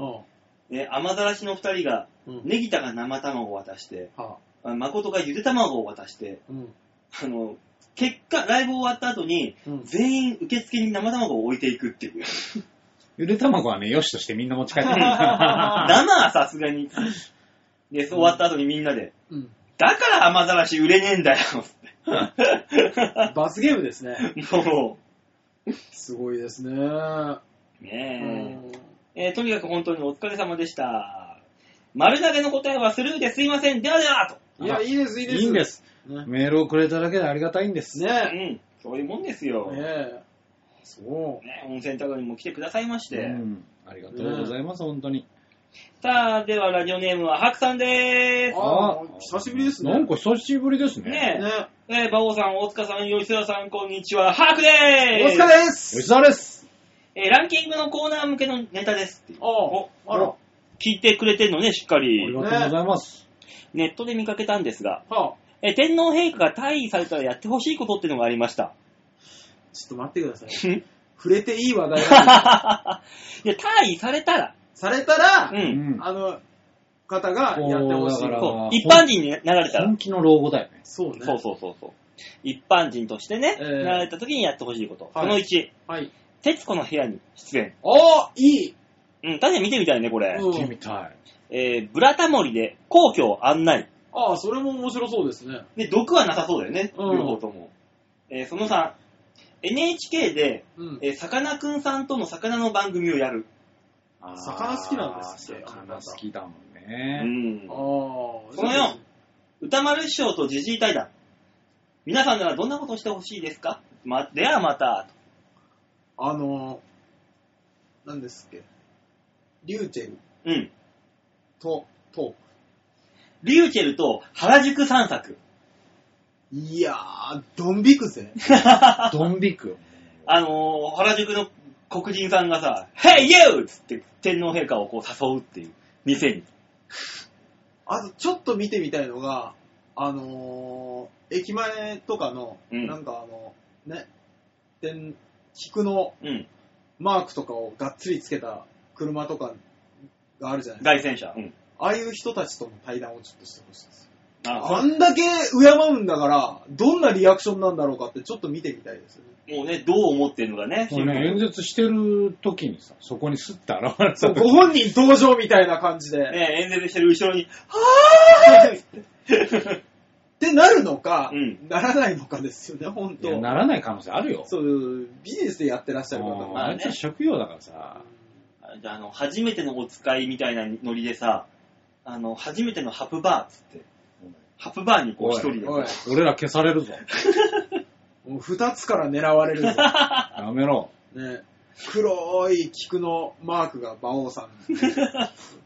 S2: えー雨ざらしの二人が、
S3: うん。うん。
S2: ネギタが生卵を渡して、
S3: はあ、
S2: あ誠がゆで卵を渡して、
S3: うん。
S2: あの結果、ライブ終わった後に、
S3: うん。
S2: 全員受付に生卵を置いていくっていう。
S1: ゆで卵はね、よしとしてみんな持ち帰ってくる。
S2: 生はさすがに。で、そう終わった後にみんなで、
S3: うん。
S2: だから雨ざらし売れねえんだよっ
S3: 罰ゲームですね。
S2: て。も
S3: すごいですね。
S2: う、
S3: う
S2: ねえ。
S3: ん。
S2: えーとにかく本当にお疲れ様でした。丸投げの答えはスルーですいません。ではではと。
S3: いや、いいです、いいです。
S1: いいんです。
S3: ね。
S1: メールをくれただけでありがたいんです。
S2: う
S3: ね
S2: ん。そういうもんですよ。ね
S3: え。そう。
S2: 温泉太郎にも来てくださいまし
S1: う
S2: て。
S1: んありがとうございます、本当に。
S2: さあ、ではラジオネームはハクさんでー
S3: あー久しぶりですね
S1: なんか久しぶりです
S2: す。
S1: ね。
S2: ね
S3: ね
S2: え、えー、馬王さん、大塚さん、吉田さん、こんにちは。ハクでー
S3: お
S2: す
S3: 疲れで
S1: 吉
S3: す
S1: 沢です。
S2: えーランキングのコーナー向けのネタですっていう。
S3: ああ
S2: お、
S3: あら。は
S2: 聞いてくれてるのね、しっか
S1: あり
S2: り。
S1: がとうございます。
S2: ネットで見かけたんですが、
S3: あ。
S2: えー天皇陛下が退位されたらやってほしいことっていうのがありました。
S3: ちょっと待ってください。
S2: い
S3: 触れていい話題がある
S2: や、退位されたら、
S3: されたら
S2: う、。
S1: うんん
S3: あの、方がやってほしい
S1: おーだ。から
S2: そう
S1: あー
S2: 一般人になられたら
S1: 本。気の老後だよね。
S3: そうね。
S2: そうそうそうそう。一般人としてね、
S3: ええ
S2: なられた時にやってほしいこと。
S3: はい
S2: その1、
S3: はい。
S2: 徹子の部屋に出演。
S3: おーいい
S2: うん、確かに見てみたいね、これ。
S3: うん
S1: 行ってみたい。
S2: えー、ブラタモリで皇居を案内。
S3: ああ、それも面白そうですね。
S2: で、毒はなさそうだよね、
S3: うん
S2: 両方とも。えーその3、NHK で、
S3: うん。
S2: えー、さかなクンさんとの魚の番組をやる。
S1: あー
S3: 魚好きなんですね
S1: 魚好きだもん
S2: う
S1: ね。
S2: ん。
S3: ああ。
S2: この4、歌丸師匠とジジイ対談。皆さんならどんなことをしてほしいですかま、ではまた。
S3: あの、何ですっけ。リューチェル
S2: うん。
S3: と、と、
S2: リューチェルと原宿散策。
S3: いやー、ドン引くぜ。
S1: ドン引く。
S2: あのー、原宿の黒人さんがさ、Hey you! つって天皇陛下をこう誘うっていう店に。
S3: あと、ちょっと見てみたいのが、あのー、駅前とかの、
S2: うん
S3: なんかあの、ね、天菊の
S2: うん。
S3: マークとかをがっつりつけた車とかがあるじゃないで
S2: 外
S3: すか。
S2: 戦車。うん。
S3: ああいう人たちとの対談をちょっとしてほしいです。
S2: あ
S3: あんだけ敬うんだから、どんなリアクションなんだろうかってちょっと見てみたいですよね。
S2: もうね、どう思ってるのかね。
S1: これね、演説してる時にさ、そこにスッと現れた
S3: そう、
S1: 時
S3: ご本人登場みたいな感じで。
S2: ね演説してる後ろに、
S3: ってなるのか、
S2: うん
S3: ならないのかですよね、本
S1: いや
S3: 当
S1: ならない可能性あるよ。
S3: そう、ビジネスでやってらっしゃる方
S1: うん
S3: も。
S1: あいつは職業だからさ。
S2: じゃあ、あの、初めてのお使いみたいなノリでさ、あの、初めてのハプバーっつって、ハプバーにこう
S1: おい
S2: 一人で。
S3: おい、
S1: 俺ら消される ぞ。
S3: もう二つから狙われるぞ。
S1: やめろ。
S3: ね、黒い菊のマークが馬王さん。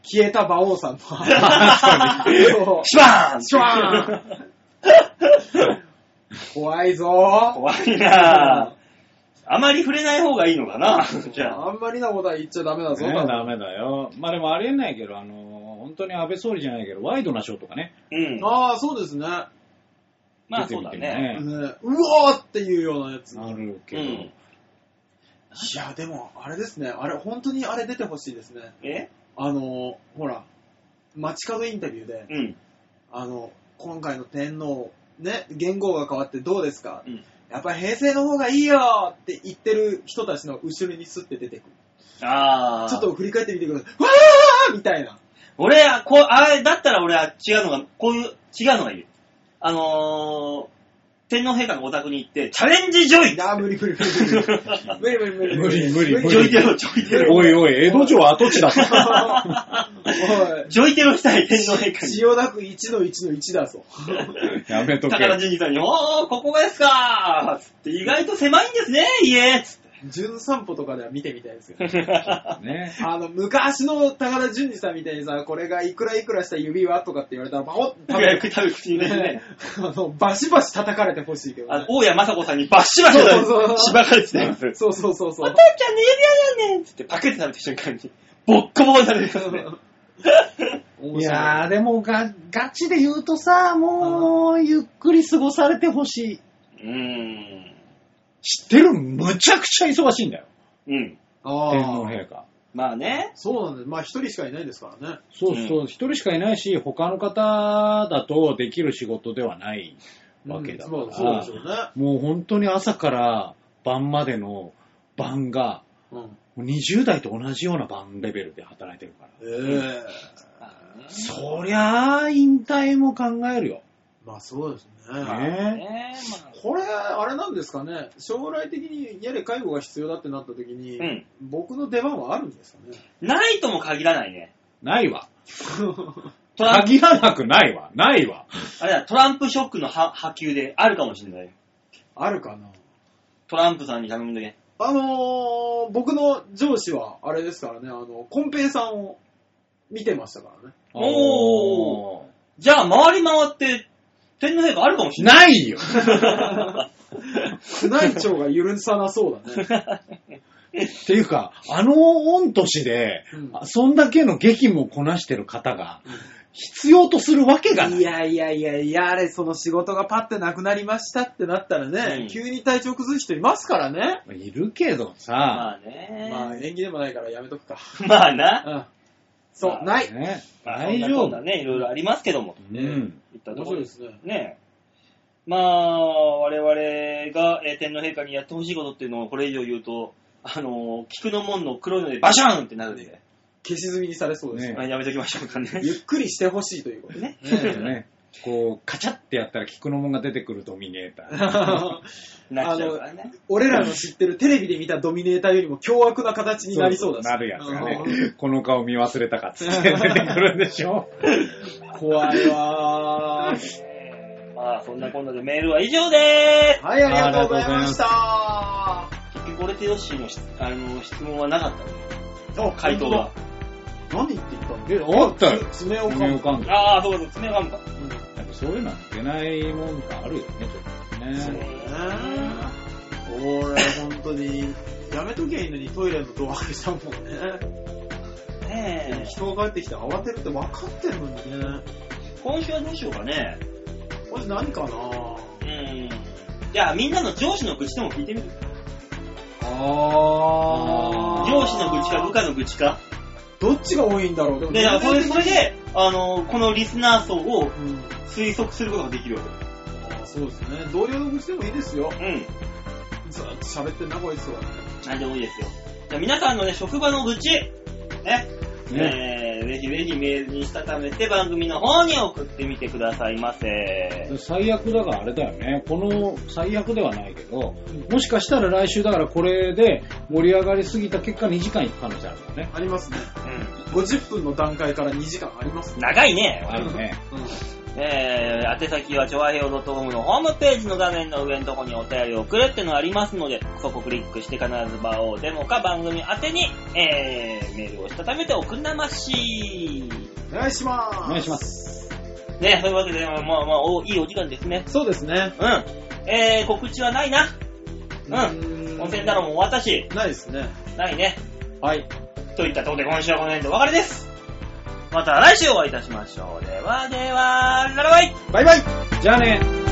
S3: 消えた馬王さんの。そう
S2: シュワーン
S3: シュワ
S2: ーン
S3: 怖いぞ。
S2: 怖いなぁ。あまり触れない方がいいのか なじゃあ。
S3: あんまりなことは言っちゃダメだぞ。
S1: ね
S3: 多分
S1: ダメだよ。まあでもありえないけど、あの、本当に安倍総理じゃないけど、ワイドなショーとかね。
S2: うん。
S3: ああ、そうですね。ね
S2: まあそうだ
S1: 出てみて
S2: ね。
S3: うおーっていうようなやつ。
S1: あるけ
S2: う
S1: ど。
S2: ん。
S3: いや、でも、あれですね。あれ、本当にあれ出てほしいですね。
S2: え
S3: あの、ほら、街角インタビューで、
S2: うん。
S3: あの、今回の天皇、ね、元号が変わってどうですか、
S2: うん
S3: やっぱり平成の方がいいよって言ってる人たちの後ろにスッて出てくる。
S2: ああ。
S3: ちょっと振り返ってみてください。わーみたいな。
S2: 俺は、こう、あれ、だったら俺は違うのが、こういう、違うのがいい。あのー、天皇陛下のお宅に行って、チャレンジジョ イ
S3: いやー無理無理無理無理。無理無理
S1: 無理無理無
S3: 無理
S1: 理
S2: ジョイテロ、ジョイテロ。
S1: おいおい、江戸城跡地だぞ。
S3: おい
S2: ジョイテロしたい、天皇陛下に
S3: 千。代田区1の1の1だぞ。
S1: やめとけ。
S2: 高田純次さんに、おー、ここがですかーつって、意外と狭いんですね、家つって。
S3: 純散歩とかでは見てみたいですけど。
S1: ね。
S3: あの、昔の高田純次さんみたいにさ、これがいくらいくらした指輪とかって言われたら、パオッ
S2: 食
S3: て食べる
S2: べ、食べ口に入れてね
S3: ね。、あの、バシバシ叩かれてほしいけど、
S2: あの
S3: ね。
S2: 大谷雅子さんにバッシバシ
S3: そうそうそう
S2: しばかれてたやつ。
S3: そうそうそうそ
S2: お
S3: う
S2: 父。ちゃんの指輪やねんつって、パクって食べた瞬間に、ボッコボコにされるやつね。
S1: いやー、でもが、ガチで言うとさ、もう、ゆっくり過ごされてほしい。
S2: うーん。
S1: 知ってるむちゃくちゃ忙しいんだよ。
S2: うん。
S3: あ
S1: 天皇
S3: あ、
S1: 陛下。
S2: まあね。
S3: そうなんです。まあ一人しかいないですからね。
S1: そうそう、一、人しかいないし、他の方だとできる仕事ではないわけだか
S3: うんそう
S1: ら、
S3: そうでしょうね。
S1: もう本当に朝から晩までの晩が、
S3: うん。
S1: もう20代と同じような晩レベルで働いてるから。
S3: ええ
S1: そりゃあ、引退も考えるよ。
S3: まあそうですね。
S1: ね
S2: ねまあ
S3: これ、あれなんですかね。将来的に家で介護が必要だってなった時に、
S2: うん
S3: 僕の出番はあるんですかね。
S2: ないとも限らないね。
S1: ないわ。
S2: トランプ、
S1: 限らなくないわ。ないわ。
S2: あれだ、トランプショックの波波及であるかもしれないよ。
S3: あるかな。
S2: トランプさんに頼んだけ。
S3: あのー、僕の上司は、あれですからね、あの、コンペイさんを見てましたからね。
S2: おじゃあ、回り回って、天皇陛下あるかもしれない。
S1: ないよ。
S3: 宮内庁が許さなそうだ ね。
S1: っていうか、あの御年で、
S3: うん
S1: そんだけの激務をこなしてる方が、必要とするわけがない。
S3: いやいやいやいや、あれ、その仕事がパッてなくなりましたってなったらね、
S2: うん
S3: 急に体調崩す人いますからね。
S1: いるけど
S2: ま
S1: さ、
S2: あね。
S3: まあ、縁起でもないからやめとくか。
S2: まあな。
S3: うん。そう、
S2: まあ
S3: ない。
S1: ね、
S2: まあ
S1: 大丈
S2: そんなこんな
S1: 夫。
S2: ね、いろいろありますけども。
S1: う
S3: ね
S1: ん。
S2: いったと
S3: 面
S2: こ
S3: 白
S2: ろ
S3: い
S2: で
S3: ですすね。
S2: ね。まあ、我々が、えー天皇陛下にやってほしいことっていうのをこれ以上言うと、あのー、菊の門の黒いのでバシャーンってなるんで、
S3: 消し済みにされそうですね。
S1: ね
S2: まあやめときましょうかね。
S3: ゆっくりしてほしいということで。
S2: ね。
S1: ねこう、カチャってやったら菊の門が出てくるドミネーター。
S2: なっちゃうからね。
S3: 俺らの知ってるテレビで見たドミネーターよりも凶悪な形になりそうだし。
S1: なるやつが
S3: うん
S1: ね、この顔見忘れたかっつって出てくるんでしょ。
S3: 怖いわー。
S2: えーまあ、そんなこんなでメールは以上で
S3: はい、ありがとうございました。
S2: ーす。結局、これてヨッシーの質あの質問はなかったの
S3: あ
S2: 回答は。。
S3: 何言って言ったんだ
S1: え、あったよ。
S3: 爪を
S1: 夢
S3: 噛
S1: を
S3: む。
S1: かんだ。
S2: ああ、そうそう、爪がんか。
S1: やっぱそういうのは抜けないもんかあるよね、ちょっと
S2: そう
S1: ね。
S2: ね
S3: 俺、本当に、やめときゃいいのにトイレのドア開けたもんね。
S2: ねえ
S3: 人が帰ってきて慌てるって分かってるのにね。
S2: 今週はどうしようかね。
S3: これ何かな
S2: うん。じゃあ、みんなの上司の愚痴でも聞いてみる。
S3: あ
S2: 上司の愚痴か部下の愚痴か。
S3: どっちが多いんだろうでも
S2: で、だからそれ
S3: 全
S2: そ
S3: 然
S2: れで、あの、このリスナー層を
S3: うん。
S2: 推測することができるわ
S3: あーそうですね。同僚の愚痴でもいいですよ。
S2: け。うん。
S3: ずーっと喋ってんな、こいつは。
S2: なんでもいいですよ。じゃあ、皆さんのね、職場の愚痴。ね。
S1: ね。
S2: えー、ぜひぜひメールにしたためて番組の方に送ってみてくださいませ。
S1: 最悪だがあれだよね。この最悪ではないけど、もしかしたら来週だからこれで盛り上がりすぎた結果2時間いく可能性あるからね。
S3: ありますね。
S2: う
S3: 50分の段階から2時間ありま
S2: ん。
S3: すね。
S2: 長いね。
S1: あるね。
S3: う
S2: えー、宛先は、ちょわへお .com のホームページの画面の上のところにお便りを送るってのがありますので、そこをクリックして必ず場をデモか番組宛てに、えー、メールをしたためて送んなまし。
S3: ん。お願いします。。
S1: お願いします
S2: ね、そういうわけで、まあまあ、おいいお時間ですね。
S3: そうですね。
S2: うん。えー、告知はないな。うん。
S3: ん
S2: 温泉太郎も終わったし、
S3: ないですね。
S2: ないね。
S3: はい。
S2: といったところで今週はこの辺でお別れです。また来週お会いいたしましょう。ではでは、ララバイ
S3: バイバイ
S1: じゃあね。